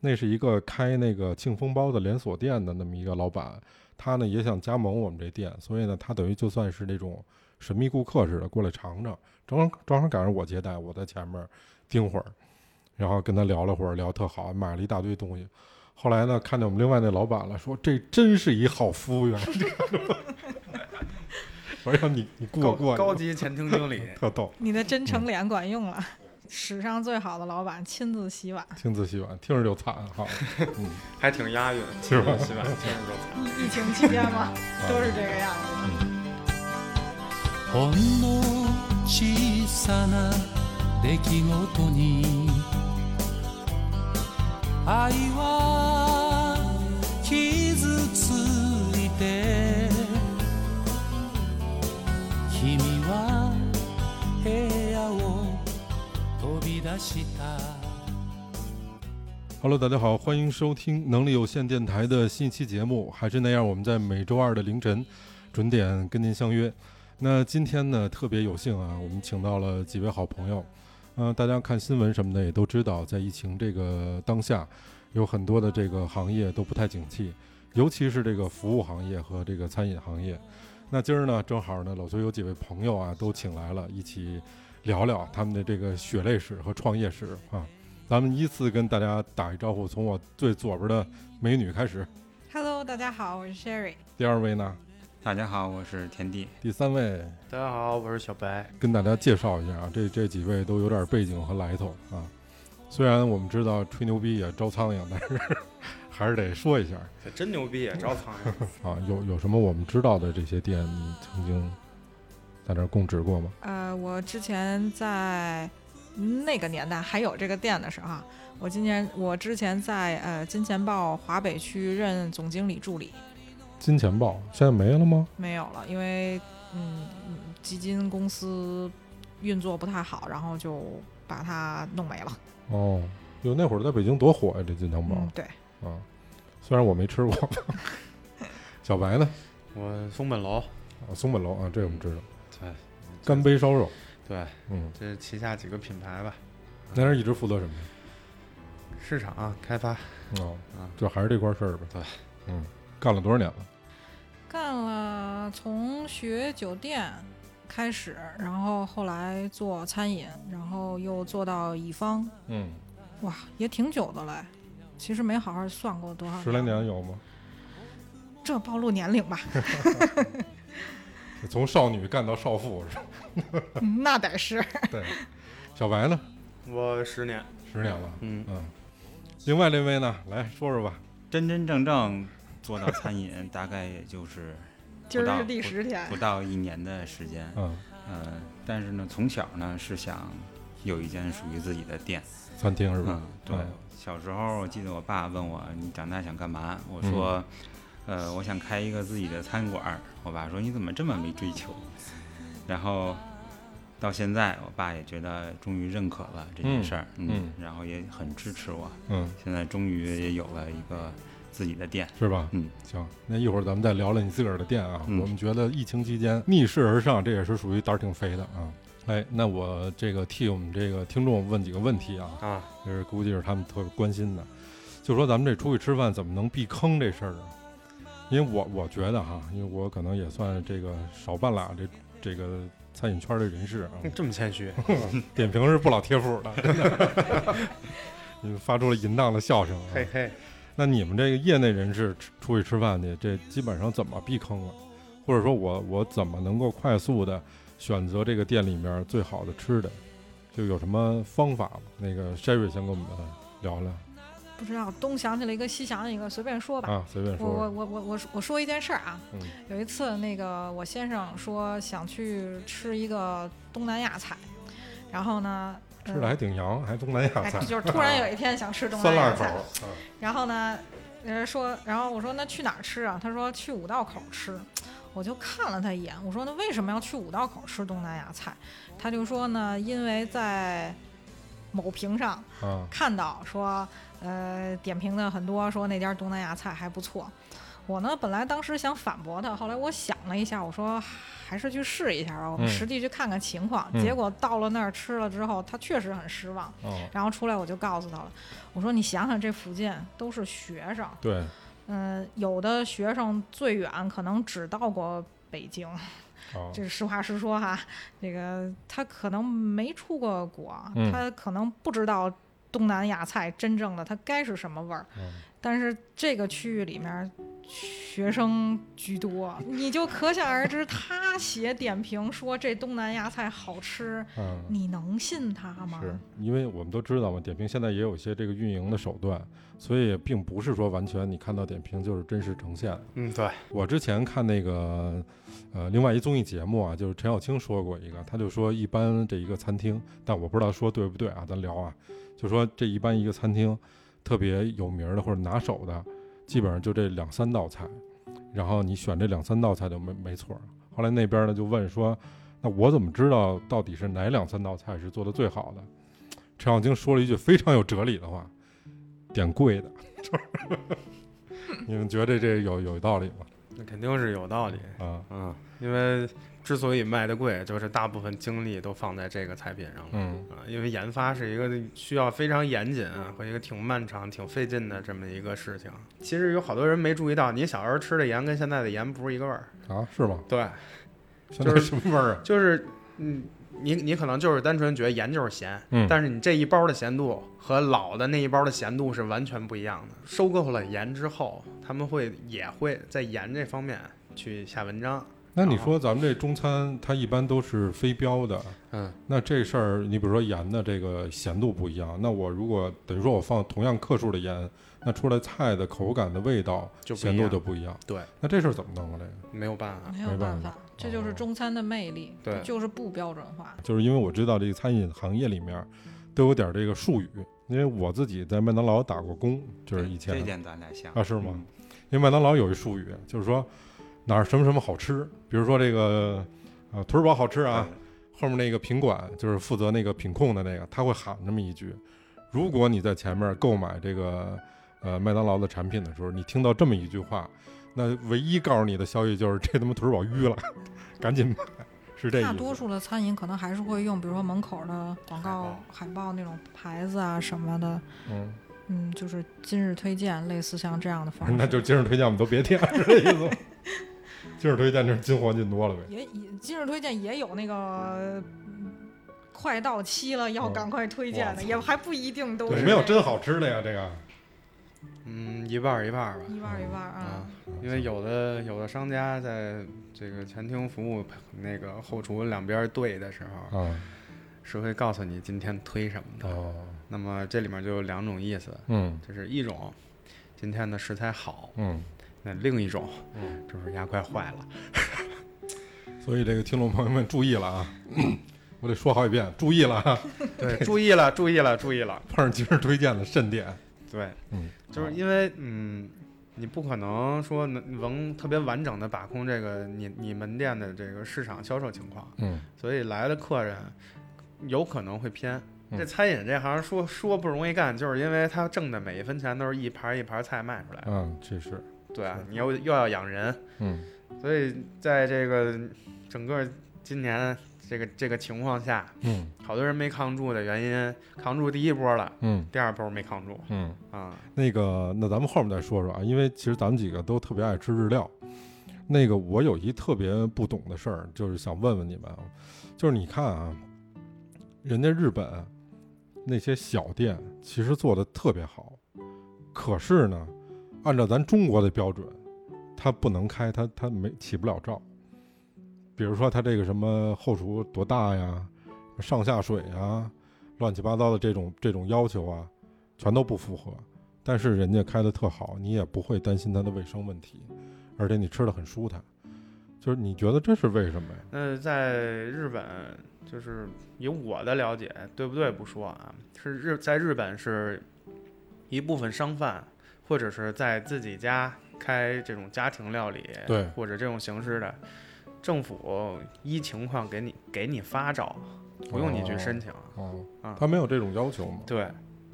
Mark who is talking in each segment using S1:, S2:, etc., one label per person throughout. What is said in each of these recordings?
S1: 那是一个开那个庆丰包的连锁店的那么一个老板，他呢也想加盟我们这店，所以呢，他等于就算是那种神秘顾客似的过来尝尝，正好正好赶上我接待，我在前面盯会儿，然后跟他聊了会儿，聊特好，买了一大堆东西。后来呢，看见我们另外那老板了，说这真是一好服务员。 我说你你过
S2: 高
S1: 过
S2: 高级前厅经理
S1: 特逗，
S3: 你的真诚脸管用了，史上最好的老板亲自洗碗，
S1: 听自洗碗，听着就惨哈。
S4: 还挺押韵，
S1: 是吧
S4: 西吧？听着说。
S3: 疫疫情期间嘛，都是这个样子。
S5: ほんの小さな出来事に愛は傷ついて君は部屋を飛び出した
S1: Hello，大家好，欢迎收听能力有限电台的新一期节目。还是那样，我们在每周二的凌晨准点跟您相约。那今天呢，特别有幸啊，我们请到了几位好朋友。嗯、大家看新闻什么的也都知道，在疫情这个当下，有很多的这个行业都不太景气，尤其是这个服务行业和这个餐饮行业。那今儿呢，正好呢，老邱有几位朋友啊，都请来了，一起聊聊他们的这个血泪史和创业史啊。咱们依次跟大家打一招呼，从我最左边的美女开始。
S3: Hello，大家好，我是 Sherry。
S1: 第二位呢，
S6: 大家好，我是田地。
S1: 第三位，
S2: 大家好，我是小白。
S1: 跟大家介绍一下啊，这这几位都有点背景和来头啊。虽然我们知道吹牛逼也招苍蝇，但是还是得说一下
S4: 这真牛逼，招苍蝇！
S1: 啊。有有什么我们知道的这些店，你曾经在这儿供职过吗？
S3: 呃，我之前在嗯那个年代还有这个店的时候啊，我今年我之前在呃金钱豹华北区任总经理助理，
S1: 金钱豹现在没了吗？
S3: 没有了，因为嗯嗯基金公司运作不太好，然后就把它弄没了。
S1: 哦，有那会儿在北京多火呀、这金钱
S3: 嗯，对，
S1: 豹啊。虽然我没吃过， 小白呢？
S2: 我松 本楼，
S1: 啊，松本楼啊，这我们知道。
S2: 对，
S1: 干杯烧肉，
S2: 对，
S1: 嗯，
S2: 这是旗下几个品牌吧，
S1: 那人一直负责什么呀？
S2: 市场、啊开发，
S1: 哦
S2: 啊，
S1: 就还是这块事儿呗。
S2: 对，
S1: 嗯，干了多少年了？
S3: 干了从学酒店开始，然后后来做餐饮，然后又做到乙方，
S1: 嗯，
S3: 哇，也挺久的嘞。其实没好好算过多少
S1: 十来年有吗？
S3: 这暴露年龄吧，
S1: 从少女干到少妇是吧？
S3: 嗯 那得是。
S1: 对，小白呢？
S4: 我十年，
S1: 十年了，
S4: 嗯，
S1: 嗯。另外这位呢，来说说吧。
S6: 真真正正做到餐饮，大概也就是
S3: 今
S6: 不
S3: 儿
S6: 到
S3: 是第十天
S6: 不，到一年的时间。
S1: 嗯，
S6: 呃，但是呢，从小呢是想有一间属于自己的店。
S1: 餐厅是吧
S6: 嗯？，对
S1: 嗯。
S6: 小时候我记得我爸问我你长大想干嘛，我说，
S1: 嗯
S6: 呃，我想开一个自己的餐馆儿。我爸说你怎么这么没追求？然后到现在，我爸也觉得终于认可了这件
S1: 嗯
S6: 事儿，
S1: 嗯
S6: 然后也很支持我。
S1: 嗯，
S6: 现在终于也有了一个自己的店。
S1: 是吧？
S6: 嗯，
S1: 行，那一会儿咱们再聊聊你自个儿的店啊。
S6: 嗯
S1: 我们觉得疫情期间逆势而上，这也是属于胆儿挺肥的啊。哎，那我这个替我们这个听众问几个问题啊。
S4: 啊，
S1: 就是估计是他们特别关心的，就说咱们这出去吃饭怎么能避坑这事儿啊？因为我我觉得哈，因为我可能也算这个少半拉这这个餐饮圈的人士啊，
S2: 这么 谦虚，
S1: 点评是不老贴谱的，真的。 你发出了淫荡的笑声、啊。
S2: 嘿嘿，
S1: 那你们这个业内人士吃出去吃饭去，这基本上怎么避坑啊？或者说我我怎么能够快速的选择这个店里面最好的吃的？就有什么方法吗？那个 Sherry 先跟我们聊聊。
S3: 不知道东想起了一个，西想起一个，随便说吧。
S1: 啊，随便
S3: 我我
S1: 说。
S3: 我我我说我说一件事儿啊，
S1: 嗯
S3: 有一次那个我先生说想去吃一个东南亚菜，然后呢，呃
S1: 吃的还挺洋，还东南亚
S3: 哎
S1: 菜，
S3: 就是突然有一天想吃东南
S1: 酸辣
S3: 亚
S1: 口
S3: 菜，
S1: 儿。
S3: 然后呢，呃说，然后我说那去哪儿吃啊？他说去五道口吃。我就看了他一眼，我说那为什么要去五道口吃东南亚菜？他就说呢，因为在某屏上
S1: 啊啊，
S3: 看到说，呃，点评的很多说那家东南亚菜还不错。我呢，本来当时想反驳他，后来我想了一下，我说还是去试一下吧，啊我们
S1: 嗯
S3: 实地去看看情况。
S1: 嗯
S3: 结果到了那儿吃了之后，他确实很失望。
S1: 哦，
S3: 然后出来我就告诉他了，我说你想想这附近都是学生，
S1: 对，
S3: 嗯、有的学生最远可能只到过北京，
S1: 哦，
S3: 这是实话实说哈，这个他可能没出过国，
S1: 嗯
S3: 他可能不知道东南亚菜真正的它该是什么味儿。
S1: 嗯
S3: 但是这个区域里面学生居多，你就可想而知，他写点评说这东南亚菜好吃，
S1: 嗯，
S3: 你能信他吗？
S1: 是因为我们都知道嘛，点评现在也有一些这个运营的手段，所以并不是说完全你看到点评就是真实呈现的。
S2: 嗯， 对，
S1: 我之前看那个，呃，另外一综艺节目啊，就是陈小青说过一个，他就说一般这一个餐厅，但我不知道说对不对啊，咱聊啊，就说这一般一个餐厅特别有名儿的或者拿手的，基本上就这两三道菜，然后你选这两三道菜就没没错儿。后来那边呢就问说，那我怎么知道到底是哪两三道菜是做的最好的？陈小青说了一句非常有哲理的话：“点贵的。”就是 你们觉得这有有道理吗？
S2: 那肯定是有道理。
S1: 啊，
S2: 嗯，因为之所以卖的贵，就是大部分精力都放在这个菜品上了。
S1: 嗯
S2: 啊，因为研发是一个需要非常严谨啊和一个挺漫长、挺费劲的这么一个事情。其实有好多人没注意到，你小时候吃的盐跟现在的盐不是一个味儿。
S1: 啊，是 吗？
S2: 对，
S1: 现
S2: 就
S1: 在
S2: 是
S1: 什么味儿啊？
S2: 就是嗯，你你可能就是单纯觉得盐就是咸，
S1: 嗯
S2: 但是你这一包的咸度和老的那一包的咸度是完全不一样的。收购了盐之后，他们会也会在盐这方面去下文章。
S1: 那你说咱们这中餐，它一般都是非标的，
S2: 嗯，
S1: 那这事儿，你比如说盐的这个咸度不一样，那我如果等于说我放同样克数的盐，那出来菜的口感的味道、
S2: 就不一
S1: 咸度
S2: 样
S1: 就不一样。
S2: 对，
S1: 那这事儿怎么弄啊？这个
S2: 没有办法。
S3: 没
S1: 没
S3: 有
S1: 办
S3: 办
S1: 法哦
S3: 法，这就是中餐的魅力，
S2: 对
S3: 它就是不标准化。
S1: 就是因为我知道这个餐饮行业里面都有点这个术语，因为我自己在麦当劳打过工，就是以
S6: 这
S1: 前
S6: 点咱俩像
S1: 啊，是吗？
S2: 嗯
S1: 因为麦当劳有一术语，就是说哪儿什么什么好吃，比如说这个呃腿儿堡好吃
S6: 嗯
S1: 啊，后面那个品管就是负责那个品控的那个，他会喊这么一句：如果你在前面购买这个呃麦当劳的产品的时候，你听到这么一句话，那唯一告诉你的消息就是这他妈腿儿堡淤了， 赶紧买，是这意
S3: 大多
S1: 思。
S3: 数的餐饮可能还是会用，比如说门口的广告海报那种牌子啊什么的，
S1: 嗯，
S3: 嗯，就是今日推荐，类似像这样的方 式。
S1: 那就今日推荐我们都别听，是这意思吗？今日推荐这是金黄进多了呗。
S3: 也也今日推荐也有那个、嗯快到期了要
S1: 嗯
S3: 赶快推荐
S1: 哇
S3: 的，也还不一定都
S1: 有
S3: 是
S1: 没有真好吃的呀？这个
S2: 嗯，一半儿一半儿吧。
S3: 一半儿一半儿啊
S2: 啊。，因为有的有的商家在这个餐厅服务那个后厨两边儿对的时候，
S1: 啊
S2: 是会告诉你今天推什么的。
S1: 哦
S2: 那么这里面就有两种意思，
S1: 嗯
S2: 就是一种今天的食材好，
S1: 嗯，
S2: 那另一种，
S1: 嗯
S2: 就是牙快坏了。
S1: 所以这个听众朋友们注意了啊， 我得说好几遍，注意了啊。
S2: 对， 注意了，注意了，注意了。
S1: 碰上今儿推荐的慎点。
S2: 对，
S1: 嗯，
S2: 就是因为嗯，你不可能说能能特别完整的把控这个你你门店的这个市场销售情况，
S1: 嗯
S2: 所以来的客人有可能会偏。
S1: 嗯
S2: 这餐饮这行说说不容易干，就是因为他挣的每一分钱都是一盘一盘菜卖出来的。
S1: 嗯，这是
S2: 对啊，你又又要养人，
S1: 嗯
S2: 所以在这个整个今年这个这个情况下，
S1: 嗯
S2: 好多人没扛住的原因，扛住第一波了，
S1: 嗯
S2: 第二波没扛住
S1: 嗯，
S2: 啊。
S1: 那个那咱们后面再说说啊，因为其实咱们几个都特别爱吃日料。那个我有一特别不懂的事儿，就是想问问你们啊，就是你看啊，人家日本那些小店其实做的特别好，可是呢，按照咱中国的标准，它不能开，它它没起不了照。比如说它这个什么后厨多大呀，上下水啊，乱七八糟的这种这种要求啊，全都不符合。但是人家开的特好，你也不会担心它的卫生问题，而且你吃的很舒坦。就是你觉得这是为什么呀？
S2: 那在日本，就是以我的了解，对不对不说啊，是日在日本是一部分商贩，或者是在自己家开这种家庭料理，
S1: 对
S2: 或者这种形式的，政府依情况给你给你发照，不用你去申请、
S1: 哦，
S2: 啊。
S1: 他没有这种要求吗？
S2: 对，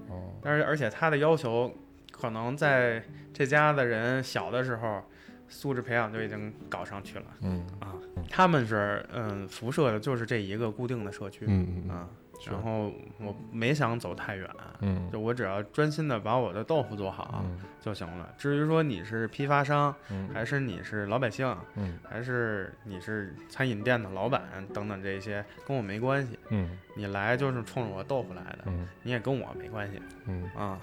S1: 哦，
S2: 但是而且他的要求，可能在这家的人小的时候，素质培养就已经搞上去了。
S1: 嗯
S2: 啊他们是嗯辐射的就是这一个固定的社区，
S1: 嗯嗯
S2: 啊，然后我没想走太远，
S1: 嗯
S2: 就我只要专心的把我的豆腐做好
S1: 嗯
S2: 就行了。至于说你是批发商，
S1: 嗯
S2: 还是你是老百姓，
S1: 嗯
S2: 还是你是餐饮店的老板等等这些，跟我没关系。
S1: 嗯
S2: 你来就是冲着我豆腐来的，
S1: 嗯
S2: 你也跟我没关系
S1: 嗯，
S2: 啊。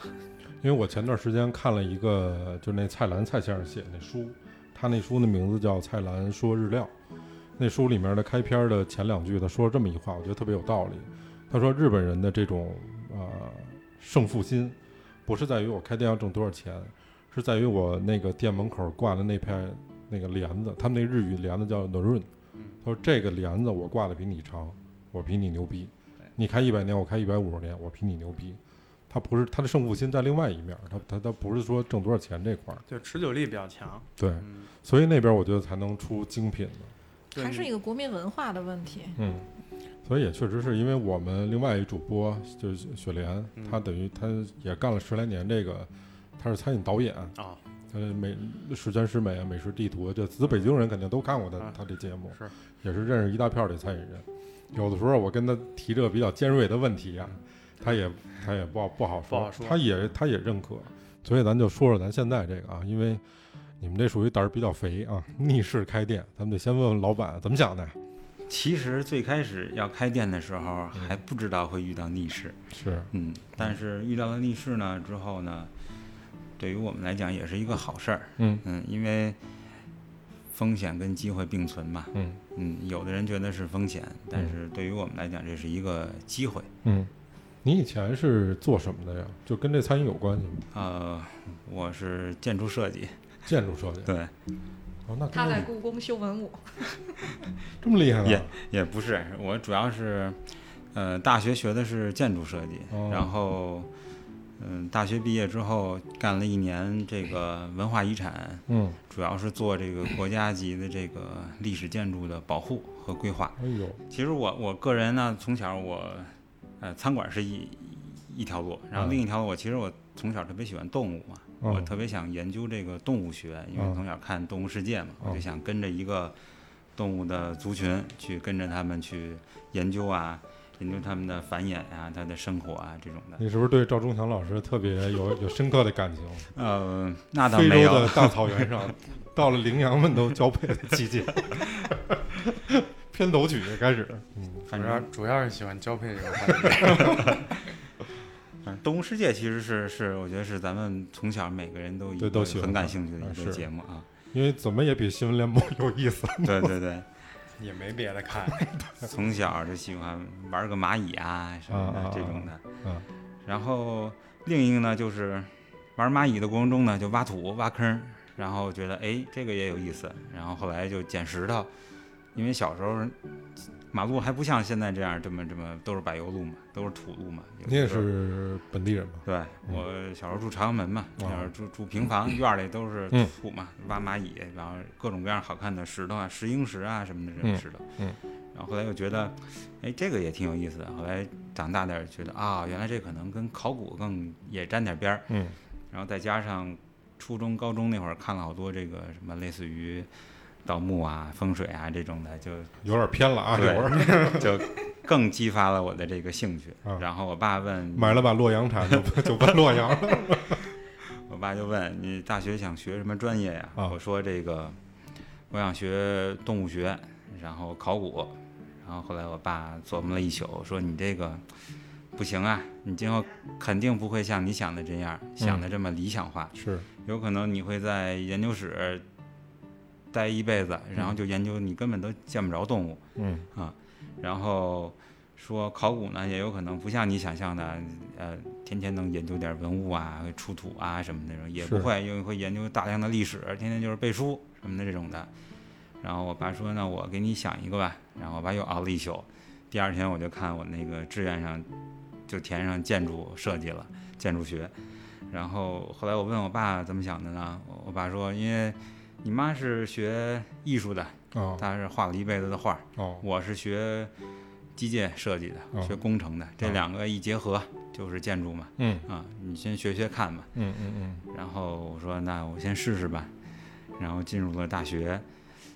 S1: 因为我前段时间看了一个，就那蔡澜蔡先生写那书，他那书的名字叫《蔡澜说日料》。那书里面的开篇的前两句，他说了这么一话，我觉得特别有道理。他说日本人的这种呃胜负心，不是在于我开店要挣多少钱，是在于我那个店门口挂的那片那个帘子，他们那日语帘子叫 n o r u n 他说这个帘子我挂的比你长，我比你牛逼。你开一百年，我开一百五十年，我比你牛逼。他不是他的胜负心在另外一面儿，他他他不是说挣多少钱这块儿，
S2: 就持久力比较强，
S1: 对，
S2: 嗯，
S1: 所以那边我觉得才能出精品的，
S2: 对
S3: 还是一个国民文化的问题。
S1: 嗯，所以也确实是因为我们另外一主播就是雪莲，
S2: 嗯
S1: 她等于她也干了十来年这个，她是餐饮导演
S2: 啊，
S1: 她美十全十美啊，美食地图，这紫北京人肯定都看过她、
S2: 啊
S1: 她这节目，
S2: 是
S1: 也是认识一大票的餐饮人，有的时候我跟她提这个比较尖锐的问题呀、她也她也不好不好说，
S2: 不好说
S1: 她也她也认可，所以咱就说说咱现在这个啊，因为。你们这属于胆儿比较肥啊，逆势开店，咱们得先问问老板怎么想的。
S6: 其实最开始要开店的时候还
S1: 嗯
S6: 不知道会遇到逆势，
S1: 是，
S6: 嗯，但是遇到了逆势呢之后呢，对于我们来讲也是一个好事儿，
S1: 嗯
S6: 嗯，因为风险跟机会并存嘛，
S1: 嗯
S6: 嗯，有的人觉得是风险，但
S1: 嗯
S6: 是对于我们来讲这是一个机会，
S1: 嗯，你以前是做什么的呀？就跟这餐饮有关系吗？
S6: 呃，我是建筑设计，
S1: 建筑设计。
S6: 对，
S1: 哦，那
S3: 他
S1: 跟
S3: 在
S1: 这
S3: 故宫修文物，
S1: 这么厉害啊
S6: 也
S1: 呢？
S6: 也不是，我主要是，呃，大学学的是建筑设计，
S1: 哦
S6: 然后，嗯、大学毕业之后干了一年这个文化遗产，
S1: 嗯，
S6: 主要是做这个国家级的这个历史建筑的保护和规划。
S1: 哎呦，
S6: 其实我我个人呢，从小我，呃，餐馆是一一条路，然后
S1: 嗯
S6: 另一条路我其实我从小特别喜欢动物嘛，我
S1: 嗯
S6: 特别想研究这个动物学，因
S1: 嗯
S6: 为从小看《动物世界》嘛，我就
S1: 嗯
S6: 想跟着一个动物的族群去跟着他们去研究啊，研究他们的繁衍啊，它的生活啊这种的。
S1: 你是不是对赵忠祥老师特别有 有深刻的感情？
S6: 呃，那倒
S1: 非
S6: 没
S1: 洲
S6: 有
S1: 的，嗯大草原 上，到了羚羊们都交配的季节， 片头曲开始。嗯
S6: 反
S4: 主要
S6: 正
S4: 主要是喜欢交配这个话题。
S6: 反正《动物世界》其实是是我觉得是咱们从小每个人都一
S1: 对都
S6: 个
S1: 喜欢
S6: 很感
S1: 看
S6: 兴趣的
S1: 啊
S6: 一
S1: 是
S6: 个节目 啊。
S1: 因为怎么也比新闻联播有意思。
S6: 对对对，
S4: 也没别的看，
S6: 从小就喜欢玩个蚂蚁啊什么
S1: 啊啊啊
S6: 的这种的。
S1: 嗯
S6: 然后另一个呢，就是玩蚂蚁的过程中呢，就挖土挖坑，然后觉得哎这个也有意思，然后后来就捡石头，因为小时候马路还不像现在这样这么这么都是柏油路嘛，都是土路嘛。有
S1: 你也
S6: 时候
S1: 是本地人吧？
S6: 对，我小时候住朝阳门嘛，
S1: 嗯哦
S6: 小时候住住平房，院儿里都是
S1: 嗯
S6: 土嘛，挖蚂蚁，然后各种各样好看的石头啊，石英石啊什么的这
S1: 嗯
S6: 种石头。
S1: 嗯
S6: 然后后来又觉得，哎，这个也挺有意思的。后来长大点儿觉得啊，原来这可能跟考古更也沾点边儿。
S1: 嗯
S6: 然后再加上初中、高中那会儿看了好多这个什么类似于盗墓啊、风水啊这种的，就
S1: 有点偏了啊，这
S6: 对
S1: 会儿
S6: 就更激发了我的这个兴趣
S1: 啊。
S6: 然后我爸问
S1: 买了把洛阳铲就 就奔洛阳了。
S6: 我爸就问你大学想学什么专业呀、
S1: 啊
S6: 我说这个我想学动物学，然后考古。然后后来我爸琢磨了一宿，说你这个不行啊，你今后肯定不会像你想的这样，想的这么理想化，
S1: 是，
S6: 有可能你会在研究室待一辈子，然后就研究你根本都见不着动物。
S1: 嗯
S6: 啊，然后说考古呢，也有可能不像你想象的，呃，天天能研究点文物啊、出土啊什么那种，也不
S1: 是
S6: 会，因为会研究大量的历史，天天就是背书什么的这种的。然后我爸说那我给你想一个吧，然后我爸又熬了一宿，第二天我就看我那个志愿上就填上建筑设计了，建筑学。然后后来我问我爸怎么想的呢，我我爸说因为你妈是学艺术的，
S1: 啊
S6: 她是画了一辈子的画，
S1: 哦，
S6: 我是学机械设计的，
S1: 哦
S6: 学工程的，这两个一结合就是建筑嘛。
S1: 嗯
S6: 啊，你先学学看吧。
S1: 嗯嗯嗯
S6: 然后我说那我先试试吧。然后进入了大学。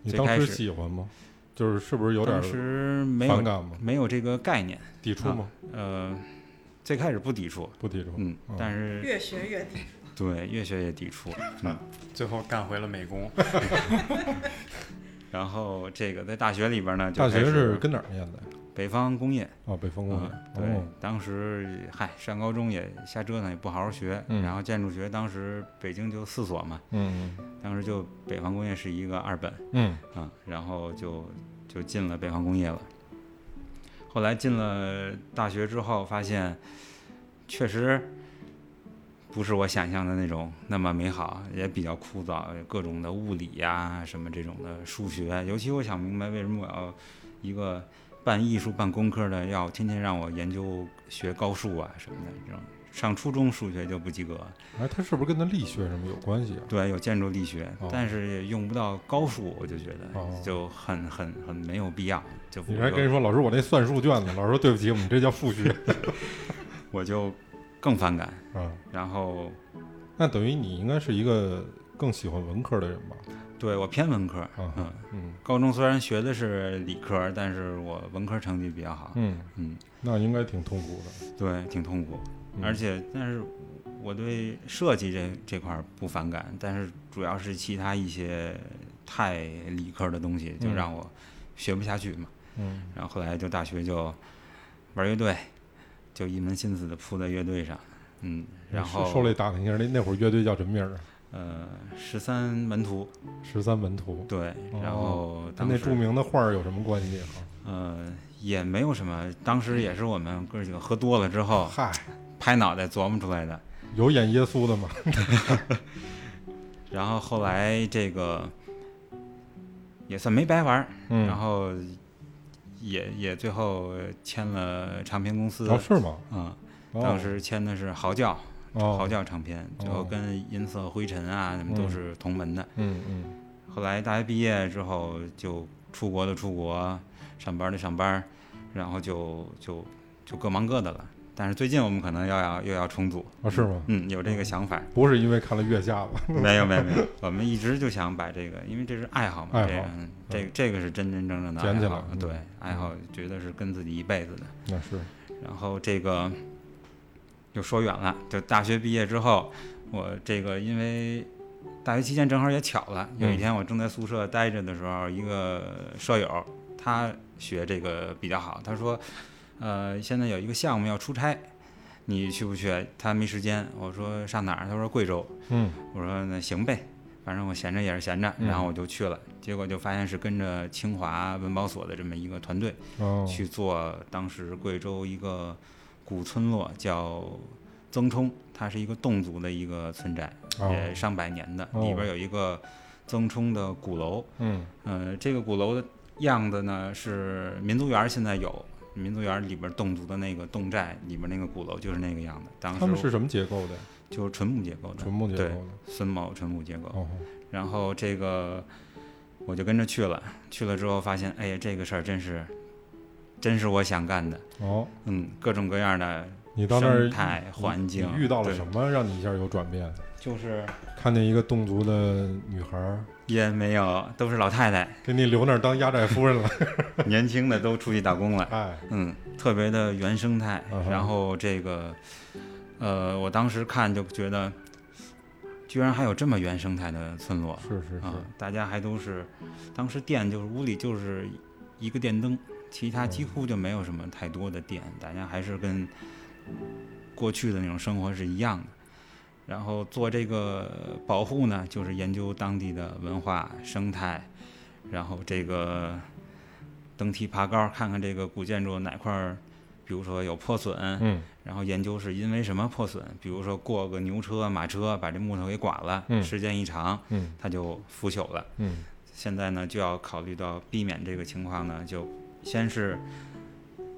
S1: 你
S6: 最
S1: 当
S6: 开
S1: 时
S6: 始
S1: 喜欢吗？就是是不是有点
S6: 当
S1: 儿
S6: 时没
S1: 反
S6: 有
S1: 感吗？
S6: 没有这个概念，
S1: 抵触吗？
S6: 呃，最开始不抵触，
S1: 不抵触。
S6: 嗯
S1: 哦，
S6: 但是
S7: 越学越低，
S6: 对越学越抵触，嗯，
S4: 最后干回了美工，
S6: 然后这个在大学里边呢，就
S1: 大学
S6: 开始
S1: 是跟哪儿念的呀？
S6: 北方工业，
S1: 啊，北方工业。
S6: 嗯，对
S1: 哦，
S6: 当时嗨上高中也瞎折腾，也不好好学，
S1: 嗯
S6: 然后建筑学当时北京就四所嘛，
S1: 嗯
S6: 当时就北方工业是一个二本
S1: 嗯
S6: 啊，然后就就进了北方工业了。后来进了大学之后，发现确实不是我想象的那种那么美好，也比较枯燥，各种的物理呀、什么这种的数学。尤其我想明白为什么我要一个半艺术半工科的，要天天让我研究学高数啊什么的这种。上初中数学就不及格，
S1: 嗯。哎，它是不是跟它力学什么有关系啊？
S6: 对，有建筑力学，
S1: 哦
S6: 但是也用不到高数，我就觉得
S1: 哦
S6: 就很很很没有必要。就
S1: 你
S6: 我
S1: 还
S6: 就
S1: 跟人说老师我那算术卷子，老师说对不起，我们这叫数学
S6: 我就更反感。
S1: 啊。
S6: 然后
S1: 那等于你应该是一个更喜欢文科的人吧？
S6: 对我偏文科，
S1: 啊
S6: 嗯，
S1: 嗯
S6: 高中虽然学的是理科，但是我文科成绩比较好，
S1: 嗯，
S6: 嗯，
S1: 那应该挺痛苦的。
S6: 对，挺痛苦。
S1: 嗯
S6: 而且，但是我对设计这这块儿不反感，但是主要是其他一些太理科的东西，就
S1: 嗯
S6: 让我学不下去嘛。
S1: 嗯
S6: 然后后来就大学就玩乐队，就一门心思的扑在乐队上，嗯，然后
S1: 受累打听一下，那那会儿乐队叫什么名儿啊？
S6: 呃十三门徒，
S1: 十三门徒，
S6: 对，然后
S1: 跟
S6: 当
S1: 哦那
S6: 时
S1: 著名的画儿有什么关系啊？
S6: 呃也没有什么，当时也是我们哥几个喝多了之后
S1: 嗨，
S6: 拍脑袋琢磨出来的，
S1: 有演耶稣的吗？
S6: 然后后来这个也算没白玩儿，
S1: 嗯，
S6: 然后也也最后签了唱片公司，
S1: 哦是吗？
S6: 嗯，
S1: 哦
S6: 当时签的是嚎叫。嚎
S1: 哦，
S6: 叫唱片，最后
S1: 哦
S6: 跟音色灰尘啊什么都
S1: 嗯
S6: 是同门的。
S1: 嗯嗯
S6: 后来大学毕业之后就出国的出国，上班的上班，然后就就就各忙各的了。但是最近我们可能要要又要重组，
S1: 啊是吗？
S6: 嗯，有这个 想法。
S1: 不是因为看了月下吧？
S6: 没有没有没有，我们一直就想把这个，因为这是爱好嘛，
S1: 爱
S6: 这
S1: 好
S6: 个嗯这个这个是真真正正的
S1: 捡起来
S6: 爱好，
S1: 嗯
S6: 对，爱好觉得是跟自己一辈子的。
S1: 那是，
S6: 然后这个又说远了，就大学毕业之后，我这个因为大学期间正好也巧了，有一
S1: 嗯
S6: 天我正在宿舍待着的时候，一个舍友他学这个比较好，他说，呃，现在有一个项目要出差，你去不去？他没时间。我说上哪儿？他说贵州。
S1: 嗯
S6: 我说那行呗，反正我闲着也是闲着，
S1: 嗯
S6: 然后我就去了，结果就发现是跟着清华文保所的这么一个团队。
S1: 哦，
S6: 去做当时贵州一个古村落叫曾冲，它是一个侗族的一个村寨，也
S1: 哦
S6: 上百年的，
S1: 哦
S6: 里边有一个曾冲的鼓楼，
S1: 嗯
S6: 呃，这个鼓楼的样子呢是民族园儿现在有。民族园儿里边侗族的那个侗寨里边那个鼓楼就是那个样子，当
S1: 他们
S6: 时
S1: 是什么结构的？
S6: 就是纯木结构的，
S1: 纯木结构
S6: 对
S1: 的。
S6: 榫卯纯木结构。
S1: 哦，
S6: 然后这个我就跟着去了，去了之后发现，哎呀，这个事儿真是，真是我想干的，
S1: 哦，
S6: 嗯，各种各样的
S1: 你到那儿
S6: 生态环境
S1: 你遇到了
S6: 对
S1: 什么让你一下有转变？
S6: 就是
S1: 看见一个侗族的女孩儿，
S6: 也没有，都是老太太，
S1: 给你留那儿当压寨夫人了，
S6: 年轻的都出去打 工了，
S1: 哎，
S6: 嗯，特别的原生态
S1: 嗯。哼
S6: 然后这个，呃，我当时看就觉得，居然还有这么原生态的村落
S1: 是是
S6: 啊
S1: 是，！
S6: 大家还都是，当时电就是屋里就是一个电灯，其
S1: 嗯
S6: 他几乎就没有什么太多的电，大家还是跟过去的那种生活是一样的。然后做这个保护呢，就是研究当地的文化生态，然后这个登梯爬高，看看这个古建筑哪块儿，比如说有破损，
S1: 嗯
S6: 然后研究是因为什么破损，比如说过个牛车、马车把这木头给剐了，
S1: 嗯
S6: 时间一长
S1: 嗯
S6: 它就腐朽了。
S1: 嗯
S6: 现在呢，就要考虑到避免这个情况呢，就先是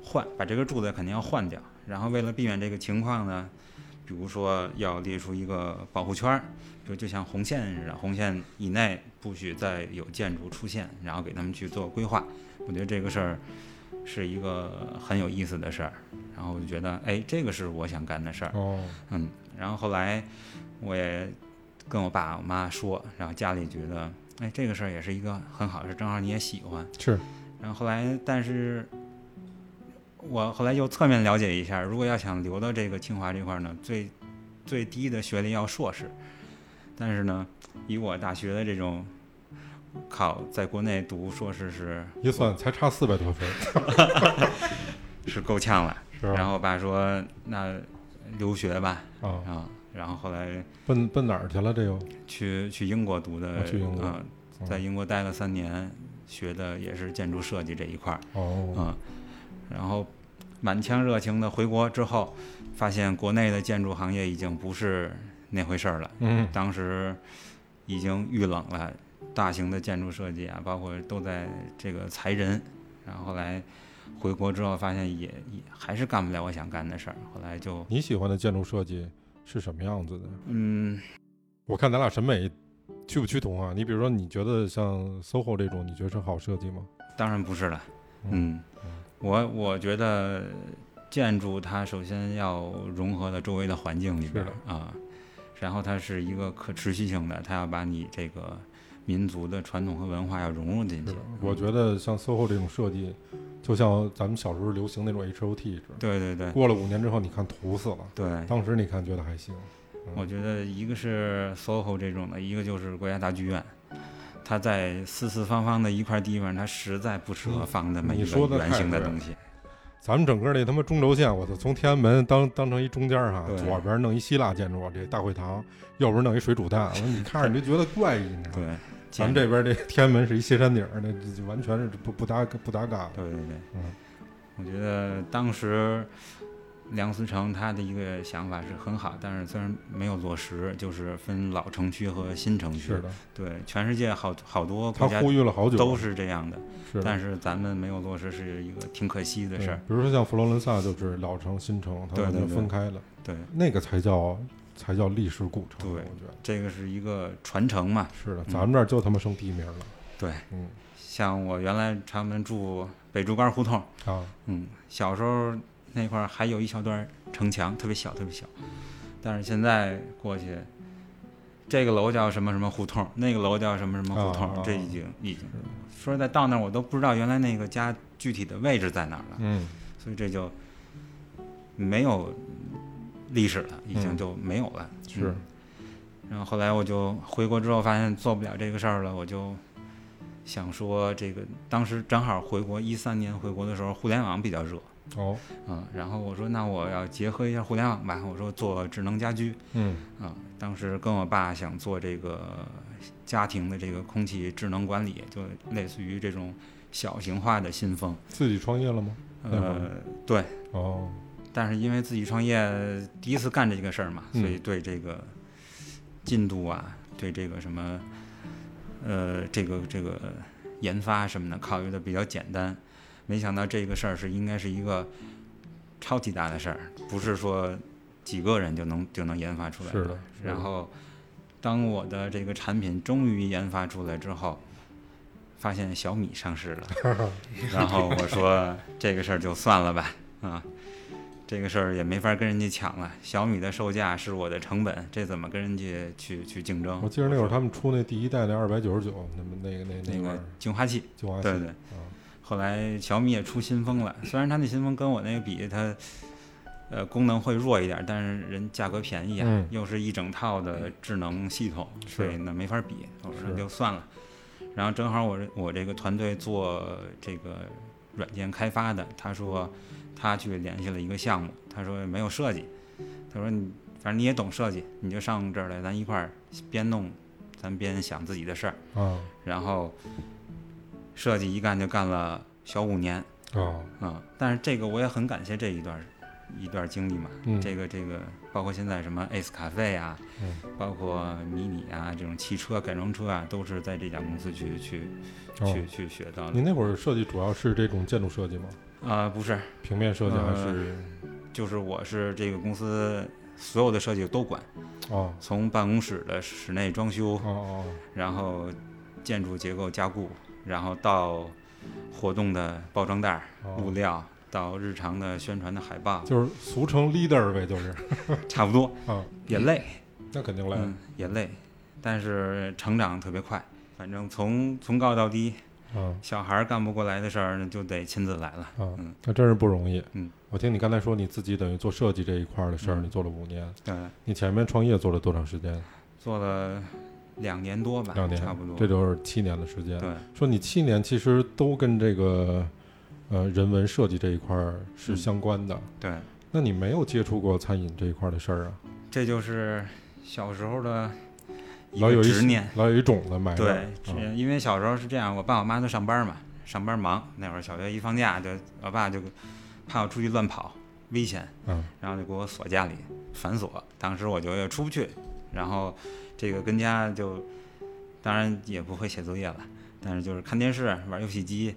S6: 换把这个柱子肯定要换掉，然后为了避免这个情况呢，比如说要列出一个保护圈儿，就就像红线似的，红线以内不许再有建筑出现，然后给他们去做规划。我觉得这个事儿是一个很有意思的事儿，然后我就觉得，哎，这个是我想干的事儿。
S1: 哦，
S6: 嗯，然后后来我也跟我爸我妈说，然后家里觉得，哎，这个事儿也是一个很好的事，正好你也喜欢。
S1: 是，
S6: 然后后来，但是我后来又侧面了解一下，如果要想留到这个清华这块儿呢，最最低的学历要硕士，但是呢，以我大学的这种考，在国内读硕士是
S1: 一算才差四百多分，
S6: 是够呛了。
S1: 是
S6: 然
S1: 吧？
S6: 后我爸说，那留学吧，
S1: 啊，
S6: 啊，然后后来
S1: 奔奔哪儿去了？这又
S6: 去去英国读的，
S1: 啊去英国
S6: 啊
S1: 嗯
S6: 在英国待了三年，学的也是建筑设计这一块儿。
S1: 哦，
S6: 啊，然后满腔热情的回国之后，发现国内的建筑行业已经不是那回事儿了。
S1: 嗯
S6: 当时已经遇冷了，大型的建筑设计啊，包括都在这个裁人。然后后来回国之后，发现也也还是干不了我想干的事儿。后来就
S1: 你喜欢的建筑设计是什么样子的？
S6: 嗯，
S1: 我看咱俩审美趋不趋同啊？你比如说，你觉得像 SOHO 这种，你觉得是好设计吗？
S6: 当然不是了。
S1: 嗯
S6: 嗯，我我觉得建筑它首先要融合到周围的环境里边
S1: 是
S6: 儿啊，然后它是一个可持续性的，它要把你这个民族的传统和文化要融入进
S1: 是
S6: 去嗯
S1: 的。我觉得像 SOHO 这种设计，就像咱们小时候流行那种 HOT 似的，
S6: 对对对
S1: 过了五年之后，你看土死了。
S6: 对，
S1: 当时你看觉得还行，
S6: 我觉得一个是 SOHO 这种的，一个就是国家大剧院。它在四四方方的一块地方，它实在不适合
S1: 嗯
S6: 放那么
S1: 你
S6: 一
S1: 说
S6: 个
S1: 得
S6: 圆
S1: 太
S6: 形的
S1: 对
S6: 东西。
S1: 咱们整个那他妈中轴线，我操，从天安门当当成一中间儿哈，
S6: 对
S1: 左边弄一希腊建筑，这大会堂，右边弄一水煮蛋，我说你看着你就觉得怪异，你知道吗？
S6: 对，
S1: 咱们这边这天安门是一歇山顶儿，那这这完全是不不搭不搭嘎的。
S6: 对对对，
S1: 嗯，
S6: 我觉得当时梁思成他的一个想法是很好，但是虽然没有落实，就是分老城区和新城区
S1: 是。的，
S6: 对，全世界好好多
S1: 他
S6: 国家
S1: 呼吁了好久，
S6: 都是这样的，
S1: 是的，
S6: 但是咱们没有落实是一个挺可惜的
S1: 对
S6: 事儿。
S1: 比如说像佛罗伦萨就是老城新城，它
S6: 对
S1: 完
S6: 对
S1: 全
S6: 对
S1: 分开了，
S6: 对，
S1: 那个才叫才叫历史古城。
S6: 对嗯
S1: 我觉得
S6: 这个是一个传承嘛。
S1: 是的，
S6: 嗯
S1: 咱们这儿就他妈剩地名了。
S6: 对，
S1: 嗯
S6: 像我原来他们住北竹竿胡同，
S1: 啊，
S6: 嗯，小时候那块儿还有一小段城墙，特别小，特别小。但是现在过去，这个楼叫什么什么胡同，那个楼叫什么什么胡同，
S1: 啊啊啊
S6: 这已经已经说实在到那儿我都不知道原来那个家具体的位置在哪儿了，
S1: 嗯，
S6: 所以这就没有历史了，已经
S1: 嗯
S6: 就没有了。
S1: 是
S6: 嗯然后后来我就回国之后发现做不了这个事儿了，我就想说这个，当时正好回国一三年回国的时候，互联网比较热，
S1: 哦，
S6: 嗯，然后我说那我要结合一下互联网吧，我说做智能家居
S1: 嗯
S6: 啊、当时跟我爸想做这个家庭的这个空气智能管理，就类似于这种小型化的新风。
S1: 自己创业了吗？那会
S6: 呃
S1: 儿，
S6: 对，
S1: 哦，
S6: 但是因为自己创业第一次干这个事儿嘛，所以
S1: 嗯
S6: 对这个进度啊，对这个什么呃，这个这个研发什么的考虑的比较简单。没想到这个事儿是应该是一个超级大的事儿，不是说几个人就能就能研发出来
S1: 是的是的
S6: 然后，当我的这个产品终于研发出来之后，发现小米上市了， 然后我说这个事儿就算了吧，啊，这个事儿也没法跟人家抢了。小米的售价是我的成本，这怎么跟人家去去竞争？
S1: 我记得那
S6: 我
S1: 会儿
S6: 说
S1: 他们出那第一代的二百九十九，那么那个那
S6: 那
S1: 玩意
S6: 个
S1: 儿
S6: 净化器，
S1: 就阿西，
S6: 对对
S1: 啊，
S6: 后来小米也出新风了，虽然它那新风跟我那个比，它呃功能会弱一点，但是人价格便宜啊，
S1: 嗯
S6: 又是一整套的智能系统，
S1: 是
S6: 所以那没法比，我说
S1: 是
S6: 那就算了。然后正好我这我这个团队做这个软件开发的，他说他去联系了一个项目，他说没有设计，他说你反正你也懂设计，你就上这儿来，咱一块儿边弄，咱边想自己的事儿。
S1: 啊
S6: 然后设计一干就干了小五年
S1: 啊，
S6: 啊、但是这个我也很感谢这一段一段经历嘛，
S1: 嗯
S6: 这个这个包括现在什么 Ace 咖啡啊，
S1: 嗯
S6: 包括迷你啊这种汽车改装车啊，都是在这家公司去去、
S1: 哦
S6: 去，去学到的
S1: 您。那会儿设计主要是这种建筑设计吗？
S6: 啊、不是，
S1: 平面设计还
S6: 呃
S1: 是
S6: 就是我是这个公司所有的设计都管，
S1: 哦
S6: 从办公室的室内装修
S1: 哦，哦，
S6: 然后建筑结构加固，然后到活动的包装袋儿。
S1: 哦
S6: 物料到日常的宣传的海报，
S1: 就是俗称 leader 呗，就是
S6: 差不多
S1: 啊，
S6: 也累，
S1: 那肯定来
S6: 嗯，也累。但是成长特别快。反正从从高到低，
S1: 啊
S6: 小孩儿干不过来的事儿，那就得亲自来了。
S1: 啊
S6: 嗯，
S1: 那真是不容易。
S6: 嗯，
S1: 我听你刚才说你自己等于做设计这一块儿的事儿，
S6: 嗯
S1: 你做了五年，
S6: 对，
S1: 你前面创业做了多长时间？
S6: 做了两年多吧，
S1: 两年，
S6: 差不多。
S1: 这就是七年的时间。
S6: 对，
S1: 说你七年其实都跟这个呃人文设计这一块儿是
S6: 嗯
S1: 相关的，
S6: 对，
S1: 那你没有接触过餐饮这一块儿的事儿啊？
S6: 这就是小时候的一
S1: 老有
S6: 个
S1: 一
S6: 执念。
S1: 老有一种子埋着。
S6: 对，
S1: 啊
S6: 是因为小时候是这样，我爸我妈都上班嘛，上班忙。那会儿小学一放假，就我爸就怕我出去乱跑，危险，
S1: 嗯
S6: 然后就给我锁家里，反锁。当时我就也出不去，然后这个跟家就，当然也不会写作业了，但是就是看电视、玩游戏机，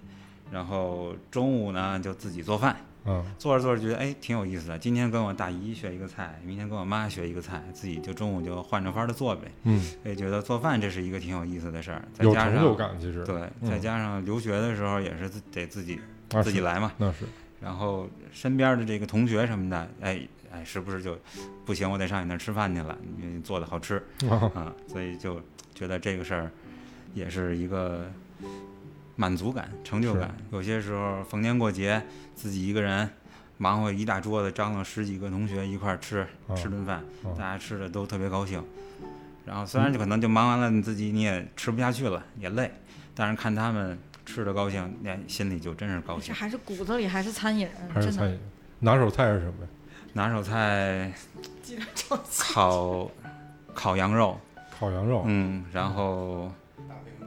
S6: 然后中午呢就自己做饭。
S1: 嗯
S6: 做着做着觉得哎挺有意思的，今天跟我大姨学一个菜，明天跟我妈学一个菜，自己就中午就换着法儿的做呗。
S1: 嗯，
S6: 也觉得做饭这是一个挺有意思的事儿，再
S1: 有
S6: 加
S1: 成
S6: 上
S1: 就感其实。
S6: 对，
S1: 嗯
S6: 再加上留学的时候也是自得自己
S1: 那
S6: 自己
S1: 是
S6: 来嘛，
S1: 那是
S6: 然后身边的这个同学什么的，哎哎，时不时就不行，我得上你那儿吃饭去了，你做的好吃
S1: 啊
S6: 啊，所以就觉得这个事儿也是一个满足感、成就是感。有些时候逢年过节自己一个人忙活一大桌子，张罗十几个同学一块儿吃
S1: 啊
S6: 吃顿饭，
S1: 啊
S6: 大家吃的都特别高兴。然后虽然就可能就忙完了，你自己你也吃不下去了，也累，但是看他们吃的高兴，那心里就真是高
S3: 这
S6: 兴。
S3: 还是骨子里还是餐饮
S1: 还
S3: 人，
S1: 是
S3: 真
S1: 餐
S3: 的
S1: 饮。拿手菜是什么呀？
S6: 拿手菜
S3: 鸡蛋炒鸡
S6: 烤烤羊肉，
S1: 烤羊肉。
S6: 嗯，然后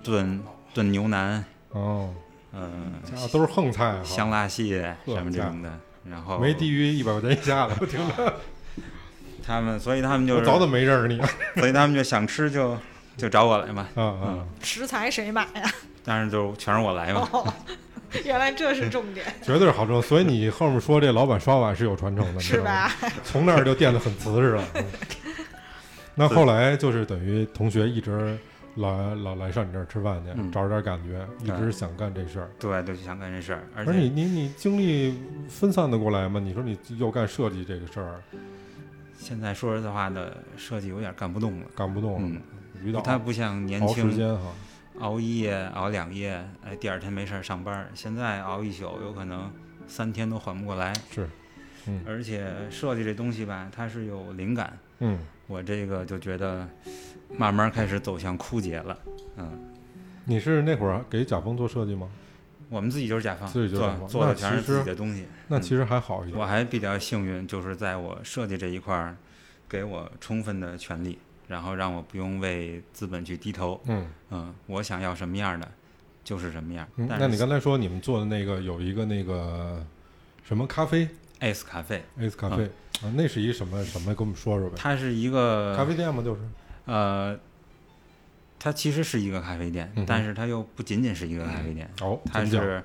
S6: 炖炖牛腩，
S1: 哦，
S6: 嗯、
S1: 家伙都是横菜啊，
S6: 香辣蟹
S1: 呵
S6: 什么这
S1: 家
S6: 种的。然后
S1: 没低于一百块钱以下的，我听着，
S6: 他们，所以他们就
S1: 我
S6: 是，
S1: 早怎么没认识你啊
S6: 所以他们就想吃就就找我来嘛。
S1: 啊
S6: 嗯
S1: 啊！
S3: 食材谁买呀？
S6: 但是就全是我来嘛。
S3: 哦，原来这是重点，
S1: 绝对是好挣，所以你后面说这老板刷碗是有传承的，
S6: 嗯
S1: 你知
S3: 是
S1: 道吗？
S3: 吧？
S1: 从那儿就垫得很瓷 实了。嗯那后来就是等于同学一直老老来上你这儿吃饭去，
S6: 嗯
S1: 找着点感觉，一直想干这事儿。
S6: 对，就想干这事儿，而
S1: 而你
S6: 且
S1: 你你精力分散的过来吗？你说你又干设计这个事儿，
S6: 现在说实话的，设计有点干不动了。
S1: 干不动
S6: 嗯
S1: 了，，遇到
S6: 他不像年
S1: 熬时
S6: 轻，
S1: 间哈，
S6: 熬一夜熬两夜，哎，第二天没事儿上班儿。现在熬一宿，有可能三天都缓不过来。
S1: 是，嗯
S6: 而且设计这东西吧，它是有灵感。
S1: 嗯，
S6: 我这个就觉得慢慢开始走向枯竭了。嗯，
S1: 你是那会儿给甲方做设计吗？
S6: 我们自己就是甲方，
S1: 自己就是甲方
S6: 做做
S1: 那
S6: 的全是
S1: 其实
S6: 自己的东西。
S1: 那其实还好一点
S6: 我，还比较幸运，就是在我设计这一块儿，给我充分的权利，然后让我不用为资本去低头。
S1: 嗯。
S6: 嗯，我想要什么样的，就是什么样。
S1: 嗯
S6: 但
S1: 那你
S6: 是
S1: 刚才说你们做的那个有一个那个什么咖啡
S6: S 咖啡，
S1: ，Ace 咖
S6: 嗯
S1: 啡啊，那是一什么什么？给我们说说呗。
S6: 它是一个
S1: 咖啡店吗？就是
S6: 呃，它其实是一个咖啡店，
S1: 嗯哼
S6: 但是它又不仅仅是一个咖啡店，
S1: 哦，
S6: 它是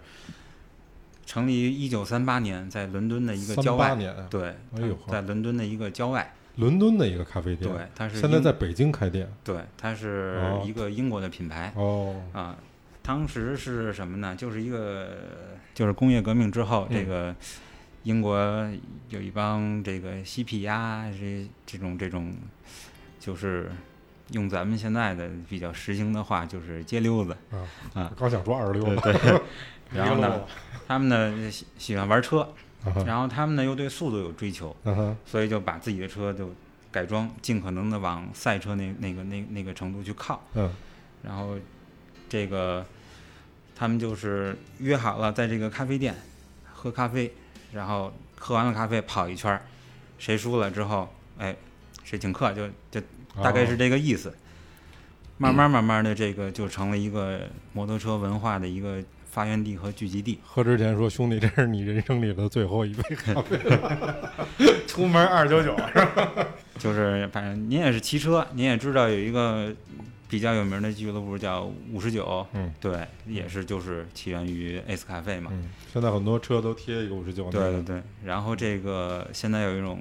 S6: 成立于一九三八年，在伦敦的一个
S1: 三
S6: 郊
S1: 八
S6: 外，
S1: 年啊，
S6: 对，
S1: 哎呦
S6: 在伦敦的一个郊外，
S1: 伦敦的一个咖啡店，
S6: 对，它是
S1: 现在
S6: 英
S1: 在北京开店
S6: 对，它是
S1: 哦
S6: 一个英国的品牌
S1: 哦，
S6: 啊。当时是什么呢？就是一个，就是工业革命之后，这
S1: 嗯
S6: 个英国有一帮这个嬉皮呀，这这种这种，就是用咱们现在的比较时兴的话，就是街溜子。
S1: 我刚想说二十六了，
S6: 啊对，然后
S2: 溜
S6: 呢， 他们呢喜喜欢玩车，
S1: 啊哈
S6: 然后他们呢又对速度有追求，
S1: 啊哈，
S6: 所以就把自己的车就改装，尽可能的往赛车那那个那那个程度去靠。
S1: 嗯
S6: 然后这个他们就是约好了在这个咖啡店喝咖啡，然后喝完了咖啡跑一圈儿，谁输了之后，哎，谁请客就就大
S1: 啊
S6: 概是这个意思。慢慢慢慢的，这个就成了一个摩托车文化的一个发源地和聚集地。
S1: 喝之前说兄弟，这是你人生里的最后一杯咖啡，
S2: 出门二九九，
S6: 就是反正您也是骑车，您也知道有一个比较有名的俱乐部叫五十九，
S1: 嗯，
S6: 对，也是就是起源于 Ace 咖啡嘛。
S1: 嗯，现在很多车都贴一个五十九，
S6: 对对，对，然后这个现在有一种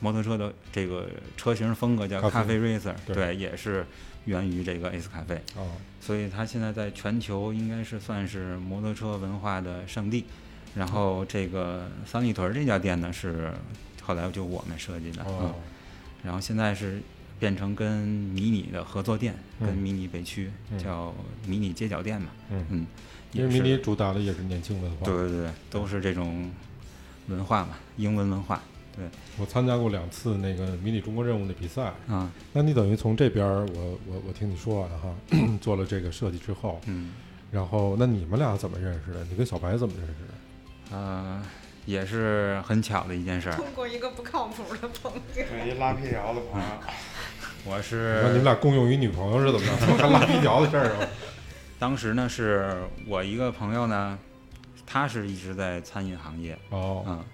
S6: 摩托车的这个车型风格叫
S1: 咖啡
S6: 咖啡 racer，
S1: 对
S6: 对，也是源于这个 Ace 咖啡，
S1: 哦，
S6: 所以它现在在全球应该是算是摩托车文化的圣地。然后这个三里屯这家店呢是后来就我们设计的，嗯
S1: 哦，
S6: 然后现在是变成跟迷你的合作店，
S1: 嗯
S6: 跟迷你北区、
S1: 嗯
S6: 叫迷你街角店嘛，
S1: 嗯
S6: 嗯，
S1: 因
S6: 也
S1: 为
S6: 是
S1: 迷你主打的也是年轻文化。
S6: 对对对，都是这种文化嘛，英文文化
S1: 我参加过两次那个迷你中国任务的比赛，
S6: 啊，
S1: 那你等于从这边儿，我我我听你说完哈，做了这个设计之后，
S6: 嗯，
S1: 然后那你们俩怎么认识的？你跟小白怎么认识的？
S6: 呃，也是很巧的一件事 儿。
S3: 通过一个不靠谱的朋友，
S4: 对，一拉皮条的朋友，
S6: 我
S1: 你看你
S6: 是
S1: 们俩共用一女朋友是怎么着？还拉皮条的事儿啊？
S6: 当时呢，是我一个朋友呢，他是一直在餐饮行业，
S1: 哦，
S6: 嗯，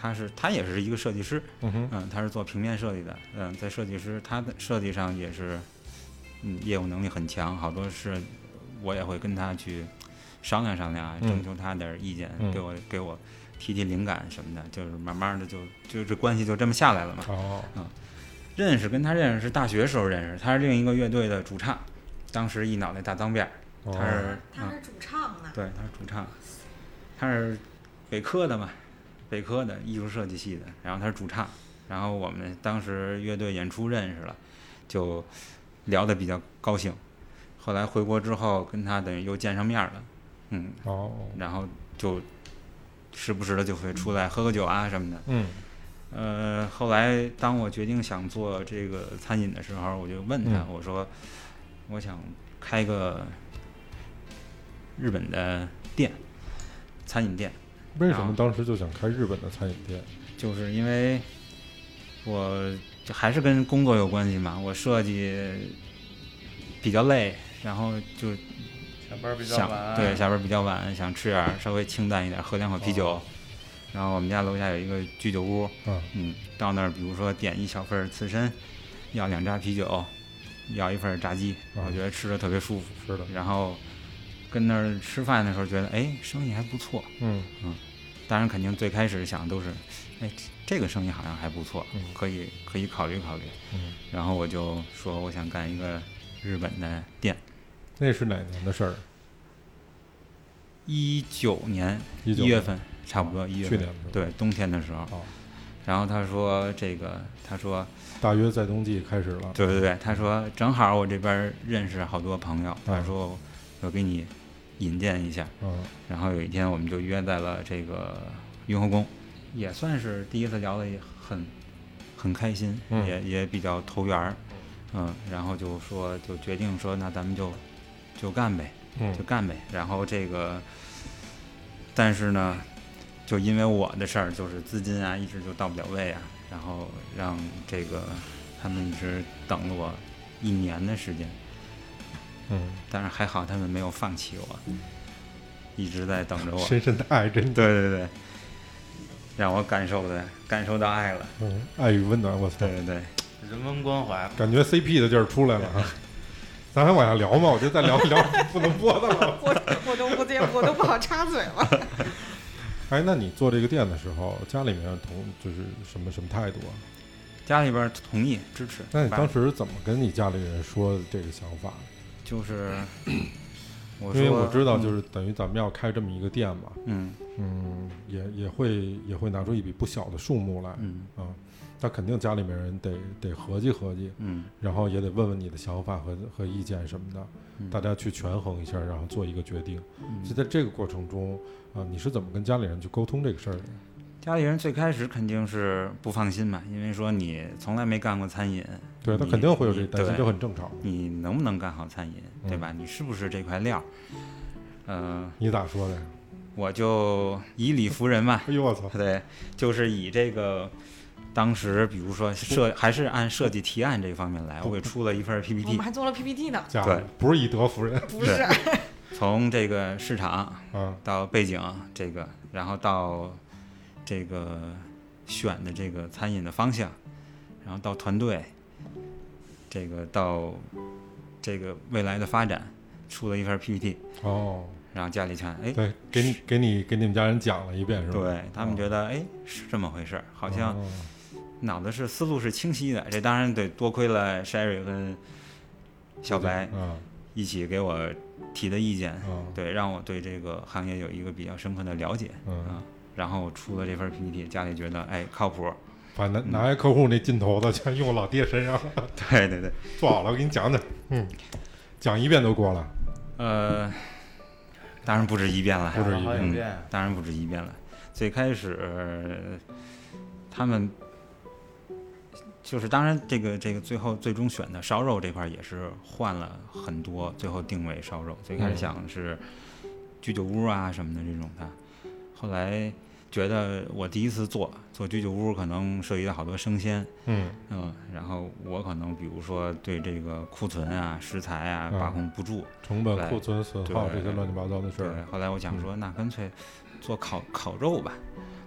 S6: 他是他也是一个设计师，
S1: 嗯哼，
S6: 嗯，他是做平面设计的，嗯，在设计师他的设计上也是，嗯，业务能力很强，好多事我也会跟他去商量商量啊，
S1: 嗯
S6: 征求他点儿意见，
S1: 嗯
S6: 给我给我提提灵感什么的，就是慢慢的就就这关系就这么下来了嘛。
S1: 哦，
S6: 认识跟他认识是大学时候认识，他是另一个乐队的主唱，当时一脑袋大脏辫儿，
S1: 哦
S6: 他是、
S3: 他是主唱 呢。
S6: 对，他是主唱，他是北科的嘛，北科的艺术设计系的，然后他是主唱，然后我们当时乐队演出认识了，就聊得比较高兴，后来回国之后跟他等于又见上面了，嗯，
S1: 哦，
S6: 然后就时不时的就会出来喝喝酒啊什么的，
S1: 嗯
S6: 呃，后来当我决定想做这个餐饮的时候，我就问他，
S1: 嗯
S6: 我说我想开个日本的店，餐饮店，
S1: 为什么当时就想开日本的餐饮店？
S6: 就是因为我就还是跟工作有关系嘛，我设计比较累，然后就
S2: 下班比较
S6: 想
S2: 晚，
S6: 对，下班比较晚，想吃点儿稍微清淡一点，喝两口啤
S2: 哦
S6: 酒。然后我们家楼下有一个居酒屋，
S1: 嗯
S6: 嗯，到那儿比如说点一小份儿刺身，要两扎啤酒，要一份儿炸鸡，
S1: 嗯
S6: 我觉得吃着特别舒服。
S1: 是的，
S6: 然后跟那儿吃饭的时候觉得，哎，生意还不错。
S1: 嗯
S6: 当然，肯定最开始想都是，哎，这个生意好像还不错
S1: 嗯，
S6: 可以可以考虑考虑。
S1: 嗯，
S6: 然后我就说我想干一个日本的店。
S1: 那是哪年的事儿？
S6: 一九年
S1: 19
S6: 一月份，差不多一月
S1: 去
S6: 份，
S1: 年是吧？
S6: 对，冬天的时候
S1: 哦。
S6: 然后他说这个，他说
S1: 大约在冬季开始了。
S6: 对对对，他说正好我这边儿认识好多朋友，他
S1: 嗯
S6: 说我给你引荐一下。
S1: 嗯
S6: 然后有一天我们就约在了这个雍和宫，也算是第一次聊的也很很开心，
S1: 嗯
S6: 也也比较投缘儿，嗯，然后就说就决定说那咱们就就干呗，
S1: 嗯
S6: 就干呗。然后这个，但是呢，就因为我的事儿，就是资金啊，一直就到不了位啊，然后让这个他们一直等了我一年的时间，
S1: 嗯，
S6: 但是还好他们没有放弃我，一直在等着我。
S1: 深深的爱，真的，
S6: 对对对，让我感受的感受到爱了。
S1: 嗯，爱与温暖，我操
S6: 对，对对，
S2: 人文关怀，
S1: 感觉 CP 的劲儿出来了 啊！咱还往下聊吗？我觉得再聊 聊不能播的了。
S3: 我我都不接，我都不好插嘴了。
S1: 哎，那你做这个店的时候，家里面同就是什么什么态度啊？
S6: 家里边儿同意支持。
S1: 那你
S6: 爸
S1: 当时怎么跟你家里人说这个想法？
S6: 就是， 我
S1: 因为
S6: 说
S1: 我知道，就是等于咱们要开这么一个店嘛，
S6: 嗯
S1: 嗯，也也会也会拿出一笔不小的数目来
S6: 嗯
S1: 啊。那肯定家里面人得得合计合计，
S6: 嗯
S1: 然后也得问问你的想法和和意见什么的，
S6: 嗯，
S1: 大家去权衡一下，然后做一个决定。
S6: 嗯
S1: 就在这个过程中，啊、你是怎么跟家里人去沟通这个事儿的？
S6: 家里人最开始肯定是不放心嘛，因为说你从来没干过餐饮，
S1: 对他
S6: 你
S1: 肯定会有这个担心，
S6: 对
S1: 这很正常。
S6: 你能不能干好餐饮，
S3: 嗯
S6: 对吧？你是不是这块料儿？嗯、
S1: 你咋说的？
S6: 我就以理服人嘛，
S1: 哎呦我操！
S6: 对，就是以这个当时，比如说设还是按设计提案这方面来，我给出了一份
S3: 我
S6: PPT，
S3: 们还做了 PPT 呢，
S1: 家伙
S6: 对，
S1: 不是以德服 人
S3: 不是？
S6: 从这个市场
S1: 啊！
S6: 到背景这个，然后到这个选的这个餐饮的方向，然后到团队，这个到这个未来的发展，出了一份 PPT，
S1: 哦，
S6: 然后家里看，哎，
S1: 对，给你给你给你们家人讲了一遍是吧？
S6: 对他们
S1: 哦
S6: 觉得，哎，是这么回事儿，好像
S1: 哦
S6: 脑子是思路是清晰的，这当然得多亏了 Sherry 跟小白
S1: 啊
S6: 一起给我提的意见，
S1: 啊
S6: 对，让我对这个行业有一个比较深刻的了解
S1: 嗯
S6: 啊。然后出了这份 PPT，家里觉得哎靠谱，
S1: 把拿拿下客户那劲头子全用老爹身上 了，
S6: 对对对，
S1: 做好了，我给你讲讲，嗯，讲一遍都过了，
S6: 呃，当然不止一遍了，
S1: 不止一
S2: 好
S1: 遍
S2: 几
S6: 嗯
S2: 遍，
S6: 当然不止一遍了。最开始、呃他们就是，当然这个这个最后最终选的烧肉这块儿也是换了很多，最后定位烧肉。最开始
S1: 嗯
S6: 想的是居酒屋啊什么的这种的，后来觉得我第一次做做居酒屋，可能涉及到好多生鲜，
S1: 嗯
S6: 嗯，然后我可能比如说对这个库存啊、食材啊把
S1: 嗯
S6: 控不住，
S1: 成本、
S6: 对
S1: 库存、损耗这
S6: 对
S1: 些乱七八糟的事
S6: 对
S1: 儿，，
S6: 后来我想说，那干脆做烤烤肉吧。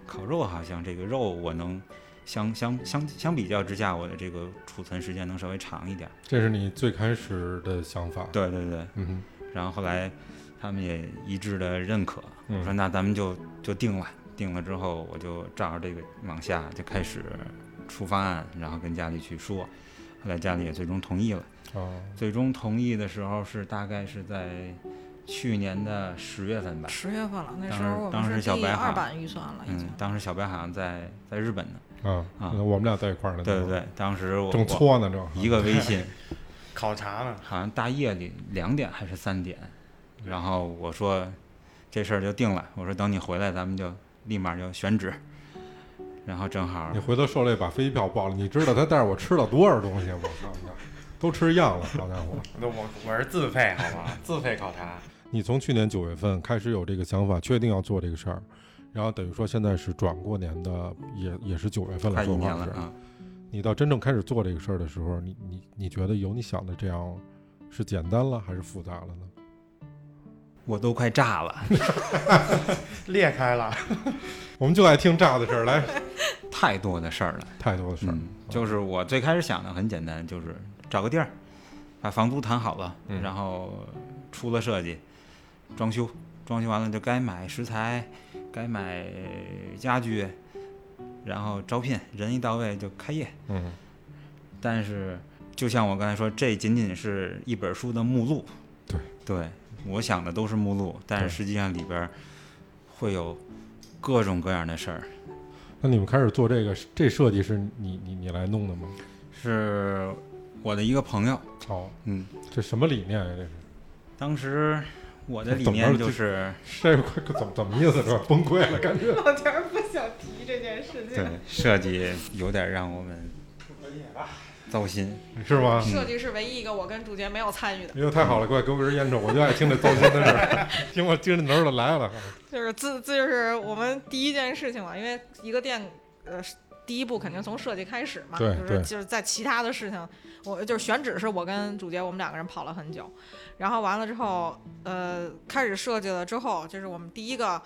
S6: 烤肉好像这个肉我能相相相相比较之下，我的这个储存时间能稍微长一点儿。
S1: 这是你最开始的想法，
S6: 对对对，
S1: 嗯
S6: 然后后来他们也一致的认可，我说
S1: 嗯
S6: 那咱们就就定了。定了之后，我就照着这个往下就开始出方案，然后跟家里去说。后来家里也最终同意了。
S1: 啊，
S6: 最终同意的时候是大概是在去年的十月份吧。
S3: 十月份了，那
S6: 当
S3: 时候
S6: 时
S3: 我
S6: 当
S3: 们
S6: 时
S3: 是
S6: 小
S3: 第
S6: 白啊
S3: 二
S6: 哈
S3: 版预算了，已经
S6: 嗯。，当时小白好像在在日本呢。
S1: 啊
S6: 啊
S1: 我们俩在一块儿呢，
S6: 对对，对，当时我
S1: 正
S6: 我
S1: 搓呢正，
S6: 一个微 信，
S2: 考察呢，
S6: 好像大夜里两点还是三点，然后我说这事儿就定了，我说等你回来咱们就立马就选址，然后正好
S1: 你回头受累把飞机票报了，你知道他带我吃了多少东西？我操，都吃样了，好家伙！
S2: 那我我是自费，好 吧，自费考察。
S1: 你从去年九月份开始有这个想法，确定要做这个事儿，然后等于说现在是转过年的，也也是九月份了，
S6: 快一
S1: 说
S6: 年
S1: 话
S6: 了
S1: 是。
S6: 啊，
S1: 你到真正开始做这个事儿的时候，你你你觉得有你想的这样是简单了还是复杂了呢？
S6: 我都快炸了，
S2: 裂开了，
S1: 我们就爱听炸的事儿，来，
S6: 太多的事儿了。
S1: 太多的事儿，
S6: 嗯，就是我最开始想的很简单，就是找个地儿，把房租谈好了，
S1: 嗯
S6: 然后出了设计，装修，装修完了就该买食材，该买家具，然后招聘，人一到位就开业。
S1: 嗯
S6: 但是就像我刚才说，这仅仅是一本书的目录。
S1: 对
S6: 对，我想的都是目录，但
S1: 对
S6: 是实际上里边儿会有各种各样的事儿。
S1: 那你们开始做这个这设计是你你你来弄的吗？
S6: 是我的一个朋友，
S1: 哦，
S6: 嗯，
S1: 这什么理念呀、这是
S6: 当时我 的理
S1: 怎么着
S6: 念
S1: 就
S6: 就是，
S1: 这个快怎么怎么意思？这崩溃了，感觉。
S3: 老田儿不想提这件事
S6: 对设计有点让我们糟心。
S1: 是吗？
S3: 设计是唯一一个我跟主角没有参与的，
S1: 哎呦，太好了，快给我根烟抽，我就爱听这糟心的事儿， 听我听着哪儿都来了。
S3: 就是自这就是我
S1: 嗯
S3: 们第一件事情嘛，因为一个店呃。第一步肯定从设计开始嘛，
S1: 对
S3: 就是
S1: 对
S3: 就是在其他的事情，我就是选址是我跟主角我们两个人跑了很久，然后完了之后，呃，开始设计了之后，这是我们第一个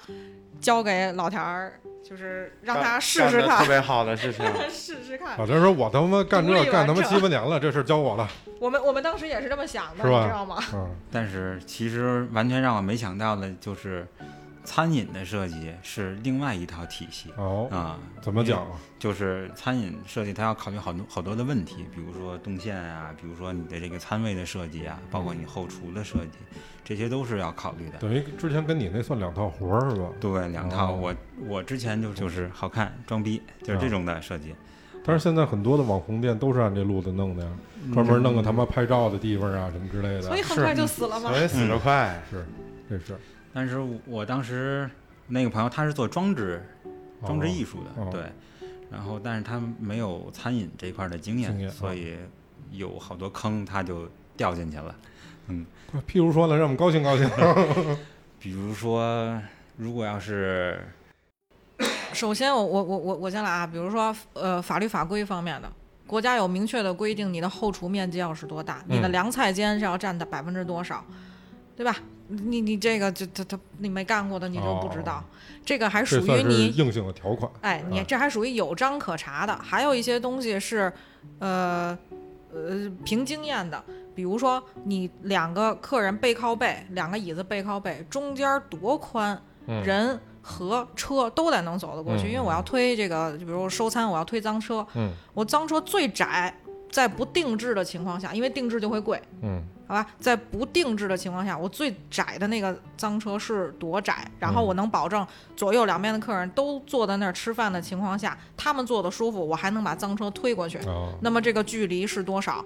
S3: 交给老田儿，就是 让他试
S2: 干得
S3: 试
S2: 特
S3: 看，
S2: 别好的 事情，
S3: 试试看，
S1: 老陈说：“我他妈干
S3: 独立
S1: 啊这干
S3: 完
S1: 他妈
S3: 成
S1: 七八年了，这事儿交我了。
S3: 我们我们当时也是这么想的，
S1: 是吧
S3: 你知道吗？”
S1: 嗯，
S6: 但是其实完全让我没想到的就是，餐饮的设计是另外一套体系
S1: 哦，
S6: 啊、
S1: 怎么讲啊？
S6: 就是餐饮设计它要考虑好多好多的问题，比如说动线啊，比如说你的这个餐位的设计啊，包括你后厨的设计，这些都是要考虑的。
S1: 等于之前跟你那算两套活儿是吧？
S6: 对，两套
S1: 哦
S6: 我我之前就就是好看装逼，就是这种的设计，
S1: 但是现在很多的网红店都是按这路子弄的呀，专门弄个他妈拍照的地方啊什么之类
S3: 所以
S1: 的。
S3: 很快就死了嘛
S2: 所。以死得快。
S1: 是，这是
S6: 但是我我当时那个朋友他是做装置装置艺术的，
S1: 哦
S6: 对，然后但是他没有餐饮这块儿的经验，
S1: 经验哦
S6: 所以有好多坑他就掉进去了。
S1: 术。譬如说呢，让我们高兴高兴。
S6: 比如说，如果 要是
S3: 首先我，我我我我先来啊，比如说呃，法律法规方面的，国家有明确的规定，你的后厨面积要是多大，你的
S1: 嗯
S3: 凉菜间是要占的百分之多少，对吧？你你这个就他他你没干过的你就不知道，
S1: 哦
S3: 这个还属
S1: 这算
S3: 于
S1: 是
S3: 你
S1: 硬性的条款。
S3: 哎，你
S1: 啊
S3: 这还属于有章可查的，还有一些东西是，呃，呃，凭经验的，比如说你两个客人背靠背，两个椅子背靠背，中间多宽，
S1: 嗯
S3: 人和车都得能走得过去，
S1: 嗯
S3: 因为我要推这个，就比如说收餐，我要推脏车，
S1: 嗯
S3: 我脏车最窄在不定制的情况下，因为定制就会贵，
S1: 嗯
S3: 好吧，在不定制的情况下，我最窄的那个脏车是多窄，然后
S1: 嗯
S3: 我能保证左右两边的客人都坐在那儿吃饭的情况下，他们坐的舒服，我还能把脏车推过去。
S1: 哦
S3: 那么这个距离是多少？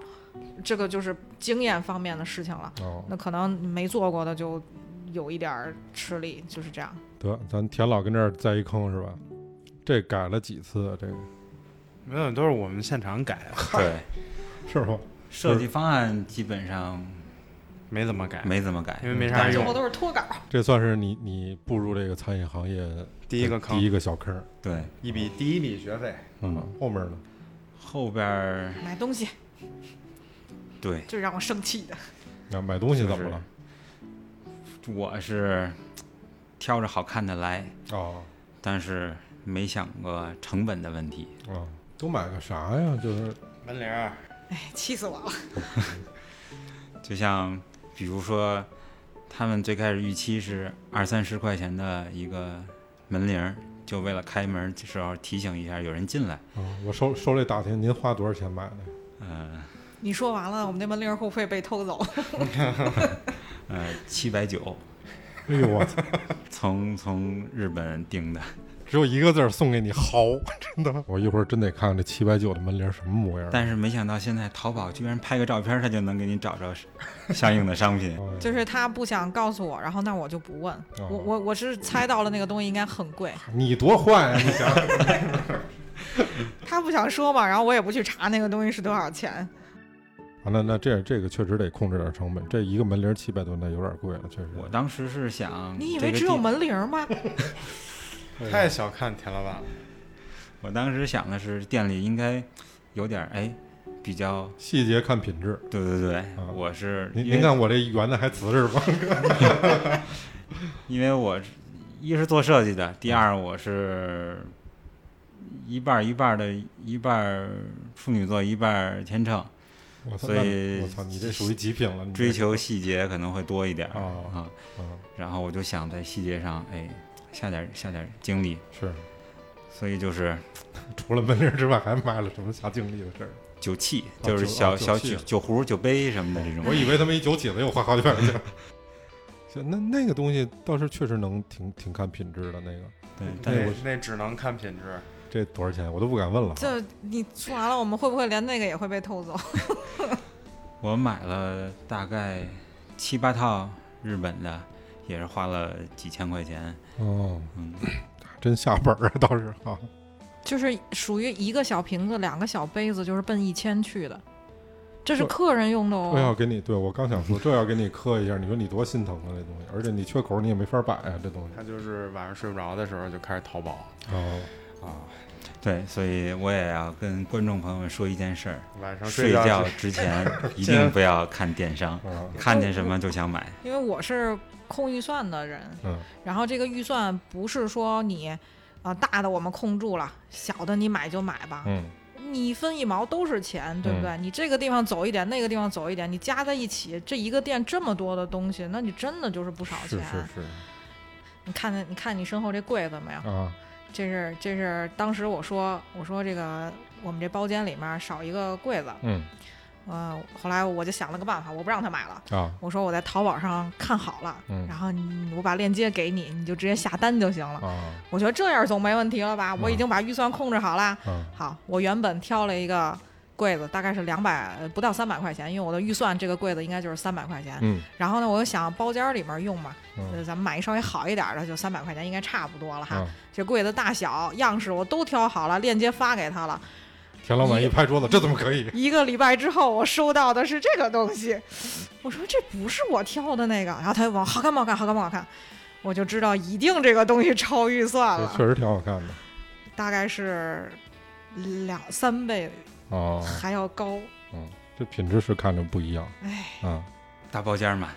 S3: 这个就是经验方面的事情了。
S1: 哦，
S3: 那可能没做过的就有一点儿吃力，就是这样。
S1: 得咱田老跟这儿栽一坑是吧？这改了几次啊？这个
S6: 嗯
S2: 没有，都是我们现场改的，
S6: 对，
S1: 是吗？
S6: 设计方案基本上
S2: 没怎么改。
S6: 没怎么改，
S2: 因为没啥
S6: 但是
S2: 用
S3: 最后都是脱稿。
S1: 这算是你你步入这个餐饮行业的
S2: 第一个
S1: 第
S2: 坑，
S1: 一个小坑儿。
S6: 对，
S4: 一笔第一笔学费，
S6: 嗯，
S1: 后面呢？
S6: 后边儿
S3: 买东西
S6: 对
S3: 最让我生气的，
S1: 那买东西怎么了？
S6: 我是挑着好看的来，
S1: 哦
S6: 但是没想过成本的问题。
S1: 哦，都买个啥呀？就是
S2: 门铃儿
S3: 哎，气死我了。
S6: 就像比如说，他们最开始预期是二三十块钱的一个门铃儿，就为了开门的时候提醒一下有人进来。
S1: 啊，我收收这打听，您花多少钱买的？
S6: 呃
S3: 你说完了，我们那门铃儿会不会被偷走？
S6: 呃，七百九，
S1: 哎呦我操！
S6: 从从日本订的，
S1: 只有一个字儿送给你，好， 真的。我一会儿真得看看这七百九的门铃什么模样。
S6: 但是没想到现在淘宝居然拍个照片儿，它就能给你找着相应的商品。
S1: 哦
S3: 就是他不想告诉我，然后那我就不问。
S1: 哦
S3: 我我我是猜到了那个东西应该很贵，
S1: 你多坏啊！你想想，
S3: 他不想说嘛，然后我也不去查那个东西是多少钱。
S1: 完了，啊那这这个确实得控制点成本，这一个门铃七百多，那有点贵了，确实。
S6: 我当时是想，
S3: 你以为只有？门铃儿吗？
S2: 太小看田老板了，
S6: 我当时想的是店里应该有点儿哎，比较
S1: 细节看品质。
S6: 对对对，
S1: 啊
S6: 我是
S1: 您
S6: 因为
S1: 您看我这圆的还瓷实吗？
S6: 因为我是一是做设计的，第二我是一半儿一半儿的，一半儿处女座，一半儿天秤，
S1: 我操！
S6: 所以
S1: 那我操，你这属于极品了。你这
S6: 追求细节可能会多一点儿
S1: 哦
S6: 啊。
S1: 嗯
S6: 然后我就想在细节上，哎，下点儿下点儿精力，
S1: 是，
S6: 所以就是
S1: 除了门铃之外，还买了什么下经历的事儿？
S6: 酒器，
S1: 哦
S6: 就是
S1: 酒
S6: 小、
S1: 哦
S6: 小
S1: 酒器
S6: 酒酒壶、酒杯什么的这种。
S1: 我以为他们一酒起子又花好几百块钱。 行，那那个东西倒是确实能挺挺看品质的那个，
S6: 对，但是
S2: 那
S6: 我
S2: 那只能看品质。
S1: 这多少钱我都不敢问了。
S3: 这你说完了，我们会不会连那个也会被偷走？
S6: 我买了大概七八套日本的，也是花了几千块钱。
S1: 哦，
S6: 嗯，
S1: 真下本儿啊，倒是啊。
S3: 就是属于一个小瓶子、两个小杯子，就是奔一千去的，这是
S1: 对
S3: 客人用的
S1: 这要
S3: 哦。
S1: 给你，对我刚想说，这要给你磕一下，你说你多心疼啊，这东西，而且你缺口你也没法摆啊，这东西。
S2: 他就是晚上睡不着的时候就开始淘宝
S3: 嗯
S1: 哦，
S2: 啊，
S6: 对，所以我也要跟观众朋友们说一件事儿：
S2: 晚上
S6: 睡
S2: 觉
S6: 觉
S2: 之
S6: 之前一定不要看电商，
S1: 啊，
S6: 看见什么就想买。
S3: 因为我是控预算的人，
S1: 嗯，
S3: 然后这个预算不是说你，啊、大的我们控住了，小的你买就买吧。
S1: 嗯，
S3: 你一分一毛都是钱，对不对？你这个地方走一点，那个地方走一点，你加在一起，这一个店这么多的东西，那你真的就是不少
S1: 是
S3: 钱。
S1: 是是
S3: 你看看，你看你身后这柜子没有？
S1: 啊，
S3: 这是这是当时我说我说这个我们这包间里面少一个柜子，
S1: 嗯
S3: 呃，后来我就想了个办法，我不让他买了。
S1: 啊，
S3: 我说我在淘宝上看好了，
S1: 嗯
S3: 然后你我把链接给你，你就直接下单就行了。
S1: 啊
S3: 我觉得这样总没问题
S1: 嗯
S3: 了吧？我已经把预算控制好啦。
S1: 啊，
S3: 好，我原本挑了一个柜子，大概是两百不到三百块钱，因为我的预算这个柜子应该就是三百块钱。
S1: 嗯
S3: 然后呢，我又想包间儿里面用嘛，
S1: 嗯
S3: 呃，咱们买一稍微好一点儿的，就三百块钱应该差不多了哈。
S1: 啊，
S3: 这柜子大小、样式我都挑好了，链接发给他了。
S1: 田老板一拍桌子，这怎么可以？
S3: 一个礼拜之后，我收到的是这个东西，我说这不是我挑的那个，然后他就问我好看不好看，好看不好看，我就知道一定这个东西超预算
S1: 这
S3: 了。
S1: 确实挺好看的
S3: 大概是两三倍
S1: 哦，
S3: 还要高。
S1: 嗯，这品质是看着不一样
S3: 哎，
S1: 啊。
S6: 大包间儿嘛，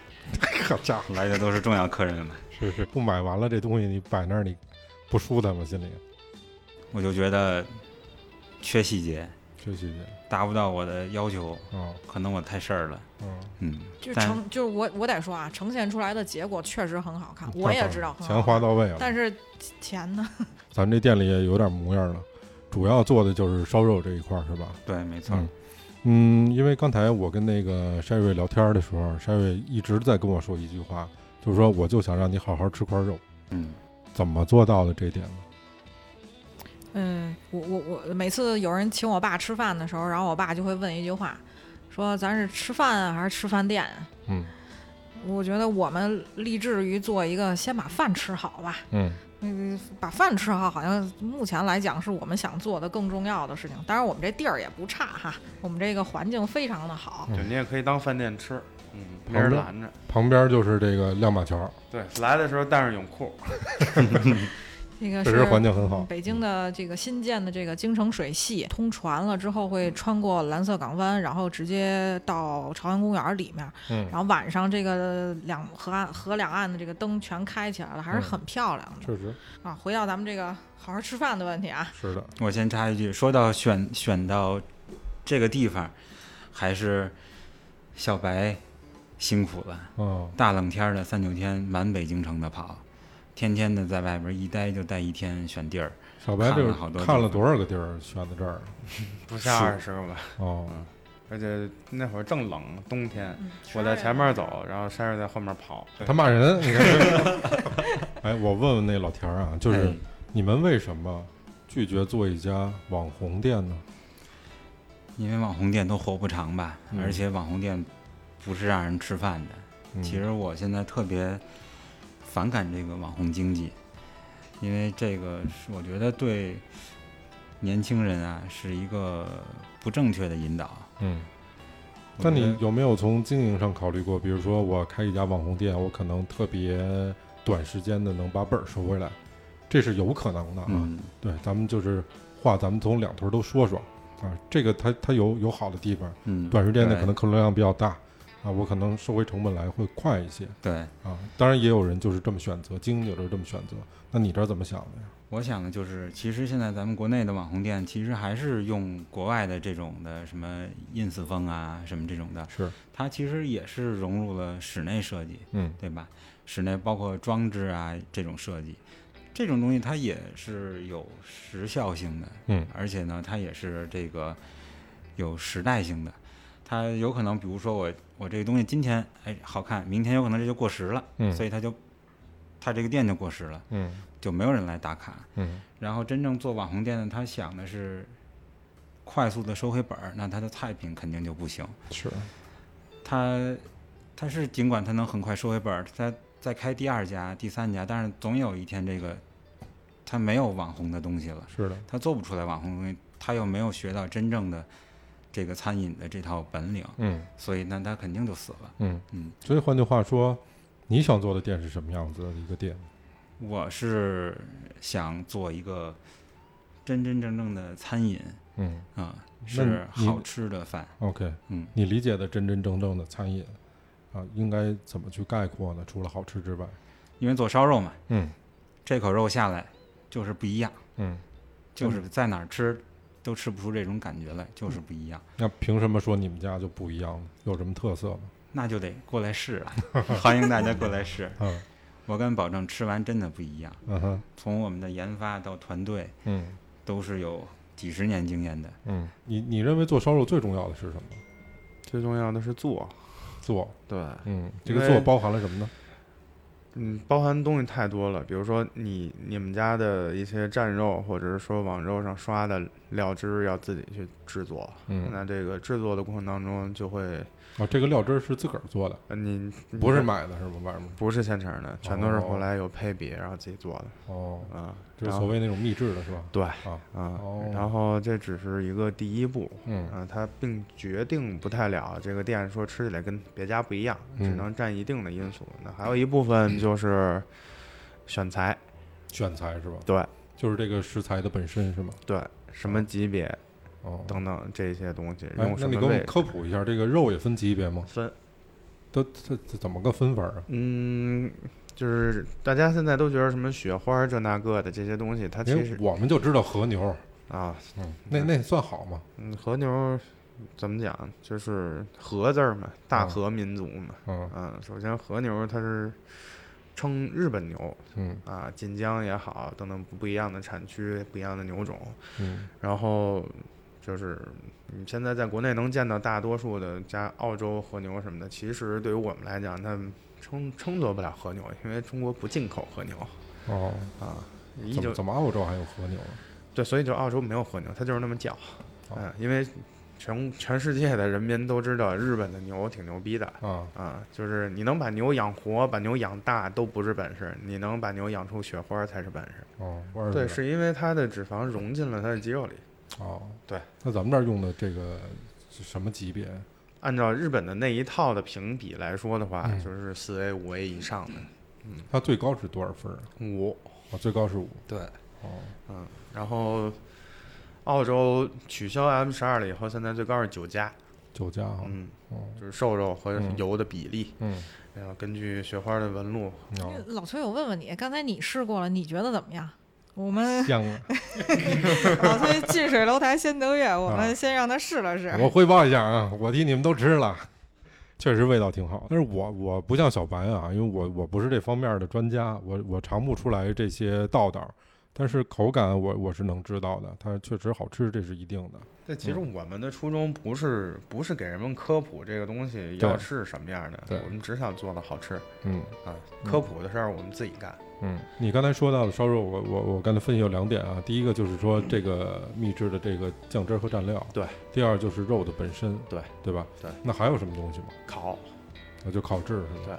S1: 好家伙，
S6: 来的都是重要客人嘛，
S1: 是是，不买完了这东西你摆那儿你不舒坦吗？心里
S6: 我就觉得缺细节，
S1: 这细节
S6: 达不到我的要求，
S1: 啊
S6: 可能我太事儿了。
S1: 啊，
S3: 哦
S6: 嗯，
S3: 就
S6: 但
S3: 呈就是我我得说啊，呈现出来的结果确实很好看，我也知道很
S1: 钱
S3: 好看，
S1: 花到位了，
S3: 但是钱呢？
S1: 咱们这店里也有点模样了，主要做的就是烧肉这一块儿是吧？
S6: 对，没错。
S1: 嗯嗯，因为刚才我跟那个 Sherry 聊天的时候，Sherry 一直在跟我说一句话，就是说我就想让你好好吃块肉，
S6: 嗯，
S1: 怎么做到的这一点呢？
S3: 嗯，我我我每次有人请我爸吃饭的时候，然后我爸就会问一句话，说咱是吃饭啊还是吃饭店啊？
S1: 嗯
S3: 我觉得我们立志于做一个先把饭吃好吧，
S1: 嗯
S3: 嗯，把饭吃好，好像目前来讲是我们想做的更重要的事情。当然，我们这地儿也不差哈，我们这个环境非常的好。
S2: 对你也可以当饭店吃，嗯，没
S1: 好
S2: 人
S1: 的
S2: 拦着。
S1: 旁边就是这个亮马桥，
S2: 对，来的时候带上泳裤，
S3: 这个
S1: 确实环境很好
S3: 嗯北京的这个新建的这个京城水系
S1: 嗯
S3: 通船了之后，会穿过蓝色港湾，然后直接到朝阳公园里面。
S1: 嗯
S3: 然后晚上这个两河岸河两岸的这个灯全开起来了，还是
S1: 嗯
S3: 很漂亮的、
S1: 确实
S3: 啊。回到咱们这个好好吃饭的问题啊，
S1: 是的，
S6: 我先插一句，说到选选到这个地方，还是小白辛苦了，
S1: 嗯
S6: 大冷天儿的三九天满北京城的跑，天天的在外边一待就待一天，选地儿。
S1: 小白这
S6: 看了好多地方
S1: 看了多少个地儿选的这儿？
S2: 不下
S6: 是
S2: 二十个吧。
S1: 哦，
S2: 而且那会儿正冷，冬天，
S3: 嗯、
S2: 我在前面走，然后山儿在后面跑。
S1: 他骂人，你看 这。哎，我问问那老田儿啊，就是
S6: 哎
S1: 你们为什么拒绝做一家网红店呢？
S6: 因为网红店都活不长吧，
S1: 嗯
S6: 而且网红店不是让人吃饭的。
S1: 嗯
S6: 其实我现在特别反感这个网红经济，因为这个是我觉得对年轻人啊是一个不正确的引导。
S1: 嗯，
S6: 我
S1: 那
S6: 觉
S1: 你
S6: 得
S1: 有没有从经营上考虑过？比如说，我开一家网红店，我可能特别短时间的能把本儿收回来，这是有可能的啊。
S6: 嗯，
S1: 对，咱们就是话，咱们从两头都说说啊。这个它它有有好的地方，
S6: 嗯
S1: 短时间内
S6: 对
S1: 可能客流量比较大啊，我可能收回成本来会快一些
S6: 对。
S1: 啊。当然，也有人就是这么选择，经营者就是这么选择。那你这儿怎么想的呀？
S6: 我想的就是，其实现在咱们国内的网红店，其实还是用国外的这种的什么 ins 风啊，什么这种的，
S1: 是，
S6: 它其实也是融入了室内设计。
S1: 嗯
S6: 对吧？室内包括装置啊这种设计，这种东西它也是有时效性的，
S1: 嗯，
S6: 而且呢，它也是这个有时代性的。它有可能，比如说我我这个东西今天哎好看，明天有可能这就过时了，
S1: 嗯
S6: 所以它就它这个店就过时了，
S1: 嗯
S6: 就没有人来打卡。
S1: 嗯
S6: 然后真正做网红店的，他想的是快速的收回本儿，那他的菜品肯定就不行。
S1: 是，
S6: 他他是尽管他能很快收回本儿，他再开第二家、第三家，但是总有一天这个他没有网红的东西了，
S1: 是的，
S6: 他做不出来网红的东西，他又没有学到真正的这个餐饮的这套本领，
S1: 嗯
S6: 所以那他肯定就死了。
S1: 嗯
S6: 嗯，
S1: 所以换句话说，你想做的店是什么样子的一个店？
S6: 我是想做一个真真正正的餐饮
S1: 嗯
S6: 啊、
S1: 那
S6: 是
S1: 你
S6: 好吃的饭。
S1: ，OK，
S6: 嗯，
S1: 你理解的真真正正的餐饮啊，应该怎么去概括呢？除了好吃之外，
S6: 因为做烧肉嘛，
S1: 嗯
S6: 这口肉下来就是不一样，
S1: 嗯，
S6: 就是在哪儿吃都吃不出这种感觉来，就是不一样。
S1: 那凭什么说你们家就不一样呢？有什么特色吗？
S6: 那就得过来试啊！ 欢迎大家过来试，
S1: 嗯
S6: 我敢保证，吃完真的不一样。
S1: 嗯哼
S6: 从我们的研发到团队，
S1: 嗯
S6: 都是有几十年经验的。
S1: 嗯，你你认为做烧肉最重要的是什么？
S2: 最重要的是做，
S1: 做，
S2: 对，
S1: 嗯，这
S2: 因
S1: 个
S2: 为
S1: 做包含了什么呢？
S2: 嗯，包含东西太多了，比如说你你们家的一些蘸肉，或者是说网肉上刷的料汁要自己去制作，
S1: 嗯，
S2: 那这个制作的过程当中就会，
S1: 啊，这个料汁儿是自个儿做的，
S2: 呃你
S1: 不是买的是吗？外面
S2: 不是现成的，全都是
S1: 哦
S2: 后来有配比然后自己做的
S1: 哦，
S2: 啊，
S1: 就是
S2: 然后
S1: 所谓那种秘制的是吧？
S2: 对
S1: 啊，
S2: 啊
S1: 哦，
S2: 然后这只是一个第一步，
S1: 嗯
S2: 啊，它并决定不太了这个店说吃起来跟别家不一样，只
S1: 嗯
S2: 能占一定的因素。那还有一部分就是选材，
S1: 选材是吧？
S2: 对
S1: 就是这个食材的本身是吗？
S2: 对，什么级别
S1: 哦，
S2: 等等这些东西，
S1: 哎
S2: 用，
S1: 那
S2: 什
S1: 你
S2: 么
S1: 给我
S2: 位
S1: 们
S2: 置
S1: 科普一下，这个肉也分级别吗？
S2: 分。
S1: 都这这怎么个分法啊？
S2: 嗯，就是大家现在都觉得什么雪花这那个的这些东西，它其
S1: 因为
S2: 实
S1: 哎我们就知道和牛，
S2: 啊，
S1: 嗯，那那算好吗？
S2: 嗯，和牛怎么讲，就是和字儿嘛，大
S1: 嗯
S2: 和民族嘛。
S1: 嗯
S2: 嗯，首先和牛它是称日本牛，
S1: 嗯
S2: 啊，晋江也好，等等不不一样的产区、不一样的牛种，
S1: 嗯
S2: 然后就是你现在在国内能见到大多数的加澳洲和牛什么的，其实对于我们来讲，它称称作不了和牛，因为中国不进口和牛
S1: 哦，
S2: 啊。一
S1: 怎
S2: 九
S1: 么怎么澳洲还有和牛啊？
S2: 对，所以就澳洲没有和牛，它就是那么叫。
S1: 哦
S2: 嗯，因为全全世界的人民都知道日本的牛挺牛逼的
S1: 啊，
S2: 啊，就是你能把牛养活、把牛养大都不是本事，你能把牛养出雪花才是本事。
S1: 哦，味儿
S2: 对，是因为它的脂肪融进了它的肌肉里。
S1: 哦，
S2: 对。
S1: 那咱们这儿用的这个是什么级别？
S2: 按照日本的那一套的评比来说的话，
S1: 嗯
S2: 就是四 A、五 A 以上的
S1: 它最高是多少分儿啊？
S2: 五。
S1: 啊，最高是五。
S2: 对，
S1: 哦，
S2: 嗯，然后澳洲取消 M 十二了以后，现在最高是九加，
S1: 酒驾哈。
S2: 嗯，
S1: 哦，
S2: 就是瘦肉和
S1: 嗯
S2: 油的比例，
S1: 嗯，
S2: 然后根据雪花的纹路，
S1: 哦，
S3: 老崔，我问问你，刚才你试过了，你觉得怎么样？我们
S1: 香啊！
S3: 老崔近水楼台先得月，我
S1: 啊
S3: 们先让他试了试。
S1: 我汇报一下啊，我替你们都吃了，确实味道挺好。但是我我不像小白啊，因为我我不是这方面的专家，我我尝不出来这些道道。但是口感我我是能知道的，它确实好吃，这是一定的。
S2: 但其实我们的初衷不是不是给人们科普这个东西要
S1: 对
S2: 是什么样的
S1: 对，
S2: 我们只想做的好吃
S1: 嗯
S2: 啊。
S1: 嗯
S2: 科普的事儿我们自己干，
S1: 嗯，你刚才说到的烧肉，我我我刚才分析有两点啊，第一个就是说这个秘制的这个酱汁儿和蘸料，
S2: 对；
S1: 第二就是肉的本身，
S2: 对
S1: 对吧？
S2: 对。
S1: 那还有什么东西吗？
S2: 烤，
S1: 那就烤制是吗？
S2: 对。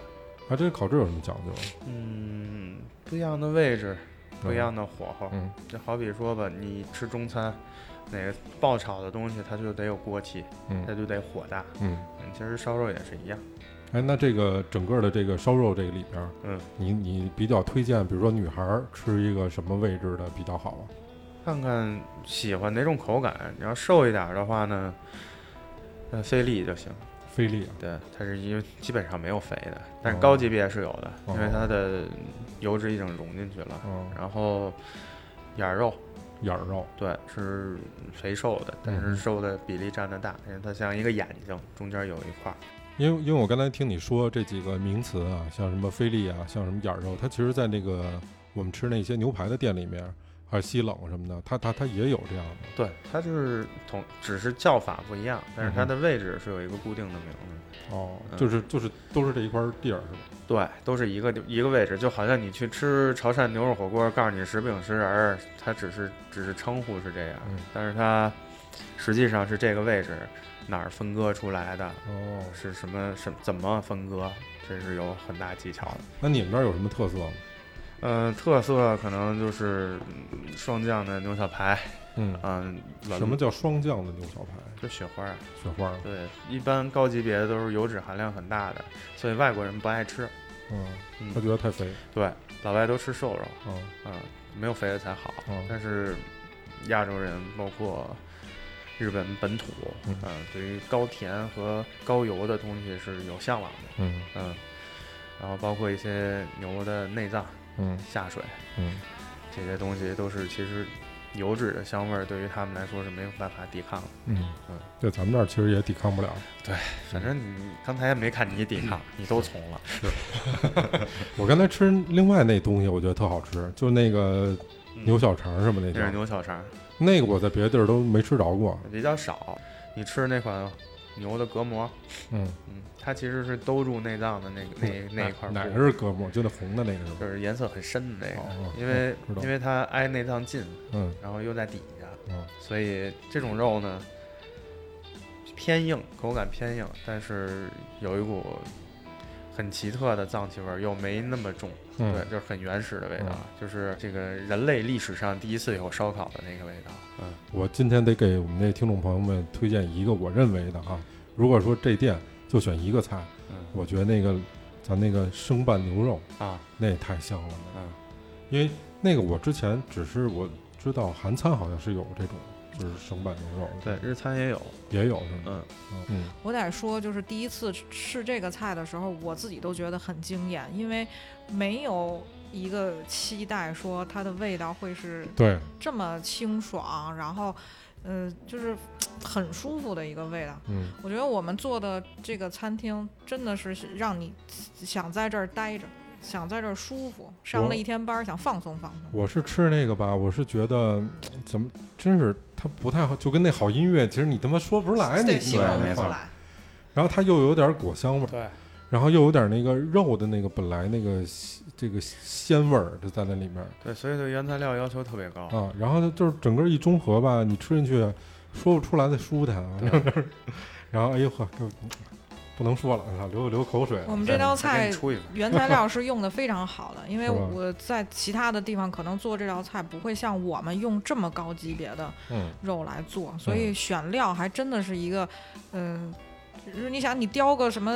S1: 啊，这个烤制有什么讲究啊？
S2: 嗯，不一样的位置，不一样的火候，
S1: 嗯
S2: 就好比说吧，你吃中餐，哪个爆炒的东西，它就得有锅气，它
S1: 嗯
S2: 就得火大。
S1: 嗯。
S2: 嗯，其实烧肉也是一样。
S1: 哎，那这个整个的这个烧肉这个里边儿，
S2: 嗯，
S1: 你你比较推荐，比如说女孩儿吃一个什么位置的比较好啊？
S2: 看看喜欢哪种口感，你要瘦一点儿的话呢，那菲力就行。
S1: 菲力啊，
S2: 对，它是因为基本上没有肥的，但是
S1: 哦
S2: 高级别是有的，
S1: 哦
S2: 因为它的油脂已经融进去了。
S1: 嗯，
S2: 然后眼儿肉，
S1: 眼儿肉，
S2: 对，是肥瘦的，但
S1: 嗯
S2: 是瘦的比例占的大，因为它像一个眼睛，中间有一块儿。
S1: 因为因为我刚才听你说这几个名词啊，像什么菲力啊，像什么眼儿肉，它其实，在那个我们吃那些牛排的店里面，还有西冷什么的，它它它也有这样的。
S2: 对，嗯它就是同，只是叫法不一样，但是它的位置是有一个固定的名字。
S1: 哦，
S2: 嗯
S1: 就是就是都是这一块地儿是吧？
S2: 对，都是一个地一个位置，就好像你去吃潮汕牛肉火锅，告诉你十饼十人儿，它只是只是称呼是这样，
S1: 嗯
S2: 但是它实际上是这个位置哪儿分割出来的，
S1: 哦，
S2: 是什么什怎么分割，这是有很大技巧的。
S1: 那你们那儿有什么特色吗？
S2: 嗯，特色可能就是嗯霜降的牛小排，
S1: 嗯，
S2: 嗯，完
S1: 什么叫双酱的牛小排？
S2: 就雪花儿。
S1: 雪花儿？
S2: 对，一般高级别的都是油脂含量很大的，所以外国人不爱吃。
S1: 嗯，
S2: 嗯
S1: 他觉得太肥。
S2: 对，老外都吃瘦肉，
S1: 嗯
S2: 嗯，没有肥的才好。
S1: 嗯
S2: 但是亚洲人，包括日本本土，
S1: 嗯
S2: 嗯、对于高甜和高油的东西是有向往的，
S1: 嗯
S2: 嗯，然后包括一些牛的内脏、
S1: 嗯
S2: 下水
S1: 嗯。
S2: 这些东西，都是其实油脂的香味儿对于他们来说是没有办法抵抗的。
S1: 嗯
S2: 嗯，
S1: 对，咱们这儿其实也抵抗不了。
S2: 反正你刚才没看你抵抗，你都从了。
S1: 我刚才吃另外那东西，我觉得特好吃，就是那个牛小肠什么那
S2: 嗯那是
S1: 叫，
S2: 牛小肠，
S1: 那个我在别的地儿都没吃着过。
S2: 比较少。你吃那款牛的隔膜，
S1: 嗯，
S2: 嗯，它其实是兜住内脏的那个 那那一块儿
S1: 哪
S2: 布
S1: 哪是哥们儿？就那红的那个是吧？
S2: 就是颜色很深的那个，
S1: 哦
S2: 因为、
S1: 嗯知道
S2: 因为它挨内脏近，
S1: 嗯
S2: 然后又在底下，
S1: 嗯
S2: 所以这种肉呢偏硬，口感偏硬，但是有一股很奇特的脏气味儿，又没那么重，对
S1: 嗯，，
S2: 就是很原始的味道，就是这个人类历史上第一次有烧烤的那个味道。嗯，
S1: 我今天得给我们那听众朋友们推荐一个我认为的啊，如果说这店就选一个菜，
S6: 嗯
S1: 我觉得那个咱那个生拌牛肉
S2: 啊，
S1: 那也太香了，
S2: 嗯，
S1: 因为那个我之前只是我知道韩餐好像是有这种就是生拌牛肉的，
S2: 对，日餐也有，
S1: 也有是吗？
S2: 嗯，
S1: 嗯
S3: 我得说，就是第一次吃这个菜的时候，我自己都觉得很惊艳，因为没有一个期待说它的味道会是
S1: 对，
S3: 这么清爽，然后，呃，就是很舒服的一个味道。
S1: 嗯
S3: 我觉得我们做的这个餐厅真的是让你想在这儿待着，想在这儿舒服，上了一天班儿想放松放松。
S1: 我是吃那个吧，我是觉得嗯怎么真是它不太好，就跟那好音乐，其实你他妈说不出来，你
S3: 对，
S1: 你
S3: 形
S6: 对
S1: 哪能
S3: 容不
S6: 没
S3: 出
S6: 错
S1: 放？
S3: 来。
S1: 然后它又有点果 香味儿，
S2: 对，
S1: 然后又有点那个肉的那个本来那个鲜这个鲜味儿就在那里面儿
S2: 对，所以对原材料要求特别高。
S3: 哦
S1: 啊，然后它就是整个一中和吧，你吃进去说不出来的舒坦啊， 然后哎呦呵，就不能说了，啊流流口水了。
S3: 我们这道
S2: 再给
S3: 菜
S2: 你出一份，
S3: 原材料是用的非常好的，因为
S1: 是吧
S3: 我在其他的地方可能做这道菜不会像我们用这么高级别的
S1: 嗯
S3: 肉来做，所以选料还真的是一个，嗯，就是你想你雕个什么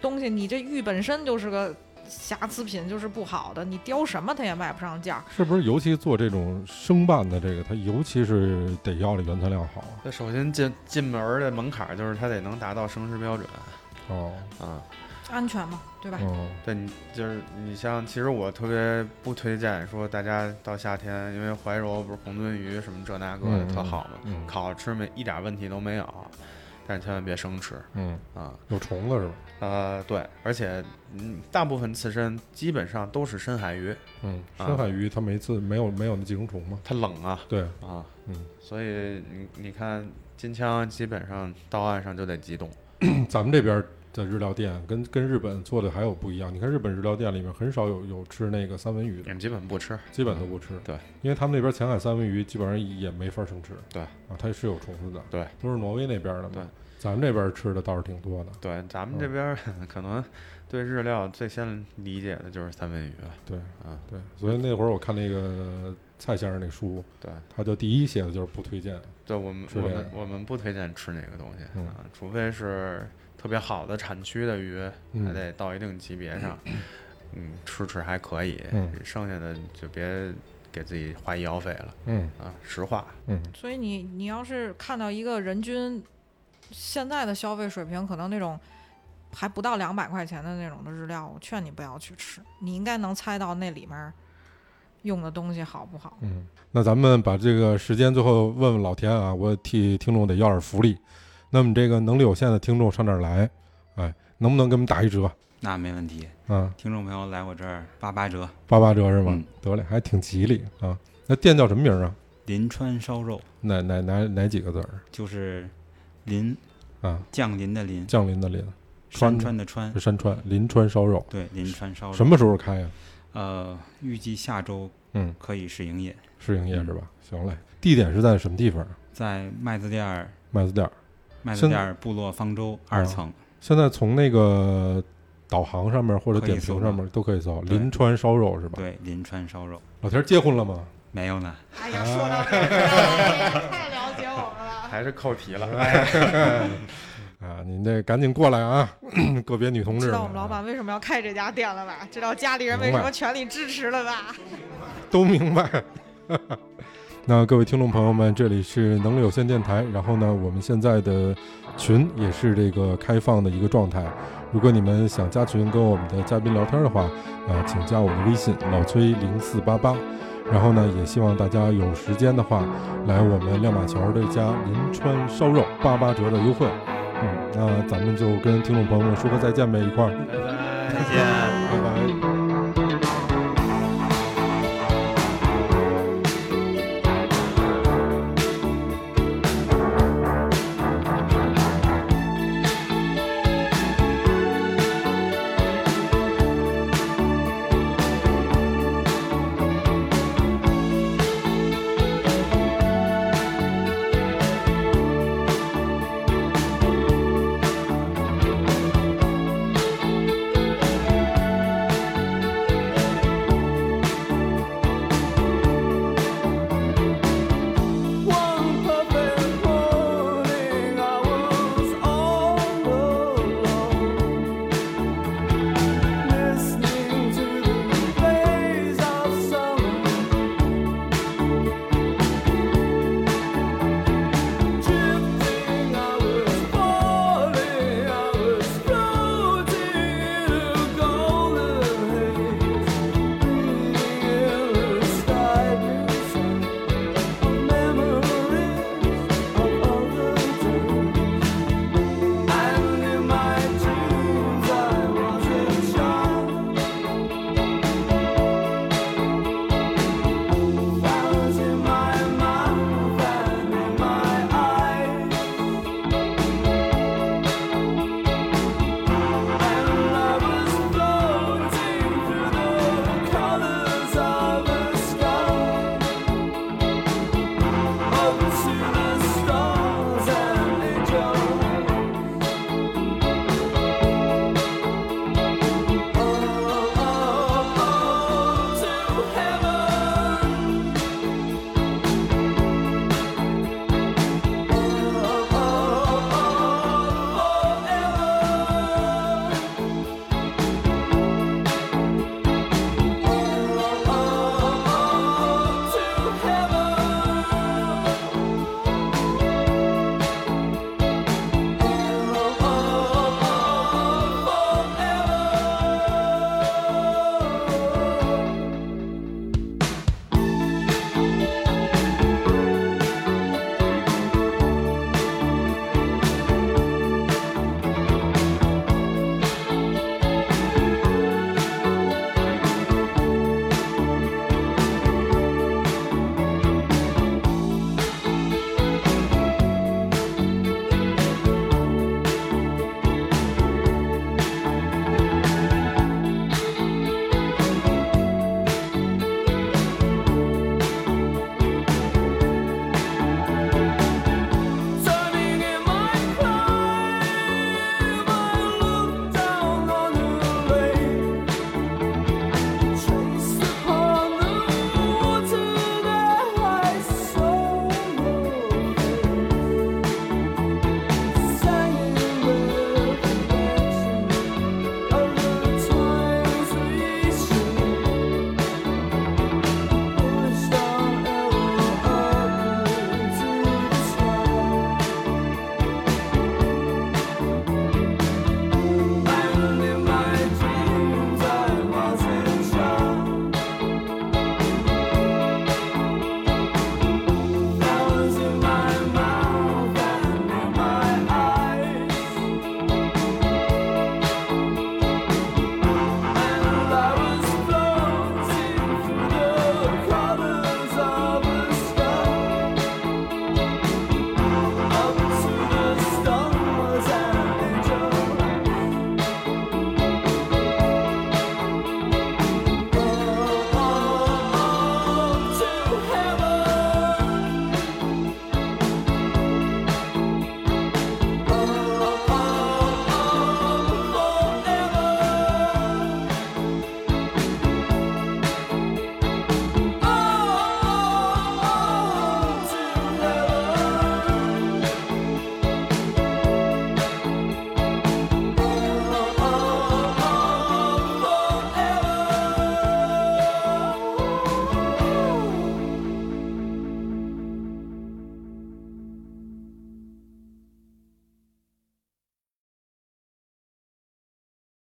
S3: 东西，你这玉本身就是个瑕疵品，就是不好的，你雕什么它也卖不上价儿。
S1: 是不是尤其做这种生拌的这个，它尤其是得要这原材料好啊
S2: 那首先进进门儿的门槛儿就是它得能达到生食标准
S1: 哦，
S2: 啊。
S3: 安全嘛，对吧？
S1: 嗯
S2: 对你就是你像，其实我特别不推荐说大家到夏天，因为怀柔不是红鳟鱼什么这那个的
S1: 嗯
S2: 特好嘛，
S1: 嗯
S2: 烤着吃没一点问题都没有，但是千万别生吃
S1: 嗯，
S2: 啊。
S1: 有虫子是吧？
S2: 呃，对，而且嗯，大部分刺身基本上都是深海鱼，
S1: 嗯，
S2: 啊
S1: 深海鱼它没刺，没有没有那寄生虫吗？
S2: 它冷啊
S1: 对，
S2: 啊，
S1: 嗯，
S2: 所以你你看金枪基本上到岸上就得急冻，
S1: 咱们这边的日料店跟跟日本做的还有不一样。你看日本日料店里面很少有有吃那个三文鱼的，
S2: 基本不吃。
S1: 基本都不吃。
S2: 对，
S1: 因为他们那边浅海三文鱼基本上也没法生吃。
S2: 对
S1: 啊，它是有虫子的。
S2: 对，
S1: 都是挪威那边的嘛。
S2: 对，
S1: 咱们这边吃的倒是挺多的。
S2: 对，咱们这
S1: 嗯
S2: 边儿 可能对日料最先理解的就是三文鱼了
S1: 对
S2: 啊，
S1: 对，所以那会儿我看那个蔡先生那书，
S2: 对。
S1: 他就第一写的就是不推荐。
S2: 对我们
S1: 之
S2: 我
S1: 类
S2: 们
S1: 的
S2: 我们不推荐吃那个东西、
S1: 嗯
S2: 啊，除非是特别好的产区的鱼，还
S1: 嗯
S2: 得到一定级 别上，嗯，吃吃还可以，
S1: 嗯
S2: 剩下的就别给自己花医药费了
S1: 嗯
S2: 啊，实话，
S1: 嗯，
S3: 所以你你要是看到一个人均现在的消费水平，可能那种还不到两百块钱的那种的日料，我劝你不要去吃。你应该能猜到那里面儿用的东西好不好。
S1: 嗯，那咱们把这个时间最后问问老田啊，我替听众得要点福利。那么这个能力有限的听众上这儿来，哎，能不能给我们打一折
S6: 那没问题。
S1: 啊？
S6: 听众朋友来我这儿八八折，
S1: 八八折是吗？
S6: 嗯
S1: 得嘞，还挺吉利啊。那店叫什么名儿啊？
S6: 临川烧肉
S1: 哪哪哪哪几个字儿
S6: 就是临
S1: 啊？
S6: 降临的临，
S1: 降临的临，川
S6: 山川的川
S1: 是，山川临川烧肉，
S6: 对，临川烧肉。
S1: 什么时候开啊呀、
S6: 呃，预计下周
S1: 嗯
S6: 可以试营业，
S1: 试营业是吧？行嘞，地点是在什么地方啊？
S6: 在麦子店儿
S1: 麦子店儿。
S6: 麦子
S1: 现
S6: 店儿部落方舟二
S1: 啊
S6: 层，
S1: 现在从那个导航上面或者
S6: 可以
S1: 点
S6: 搜
S1: 评
S6: 吗
S1: 上面都可以搜
S6: 对
S1: 临川烧肉是吧？
S6: 对，临川烧肉
S1: 老田儿结婚了吗？
S6: 没有呢。
S3: 哎呀，说到这个，太了解我们了。
S2: 还是扣题 了。
S1: 啊，您这赶紧过来啊， 个别女同志们
S3: 知道
S1: 啊，
S3: 我们老板为什么要开这家店了吧？知道家里人为什么全力支持了吧？
S1: 都明白。那各位听众朋友们，这里是能力有限电台。然后呢，我们现在的群也是这个开放的一个状态。如果你们想加群跟我们的嘉宾聊天的话，呃，请加我的微信老崔零四八八。然后呢，也希望大家有时间的话，来我们亮马桥这家临川烧肉八八折的优惠。嗯，那咱们就跟听众朋友们说个再见呗，一块儿。
S2: 拜拜，
S6: 再见。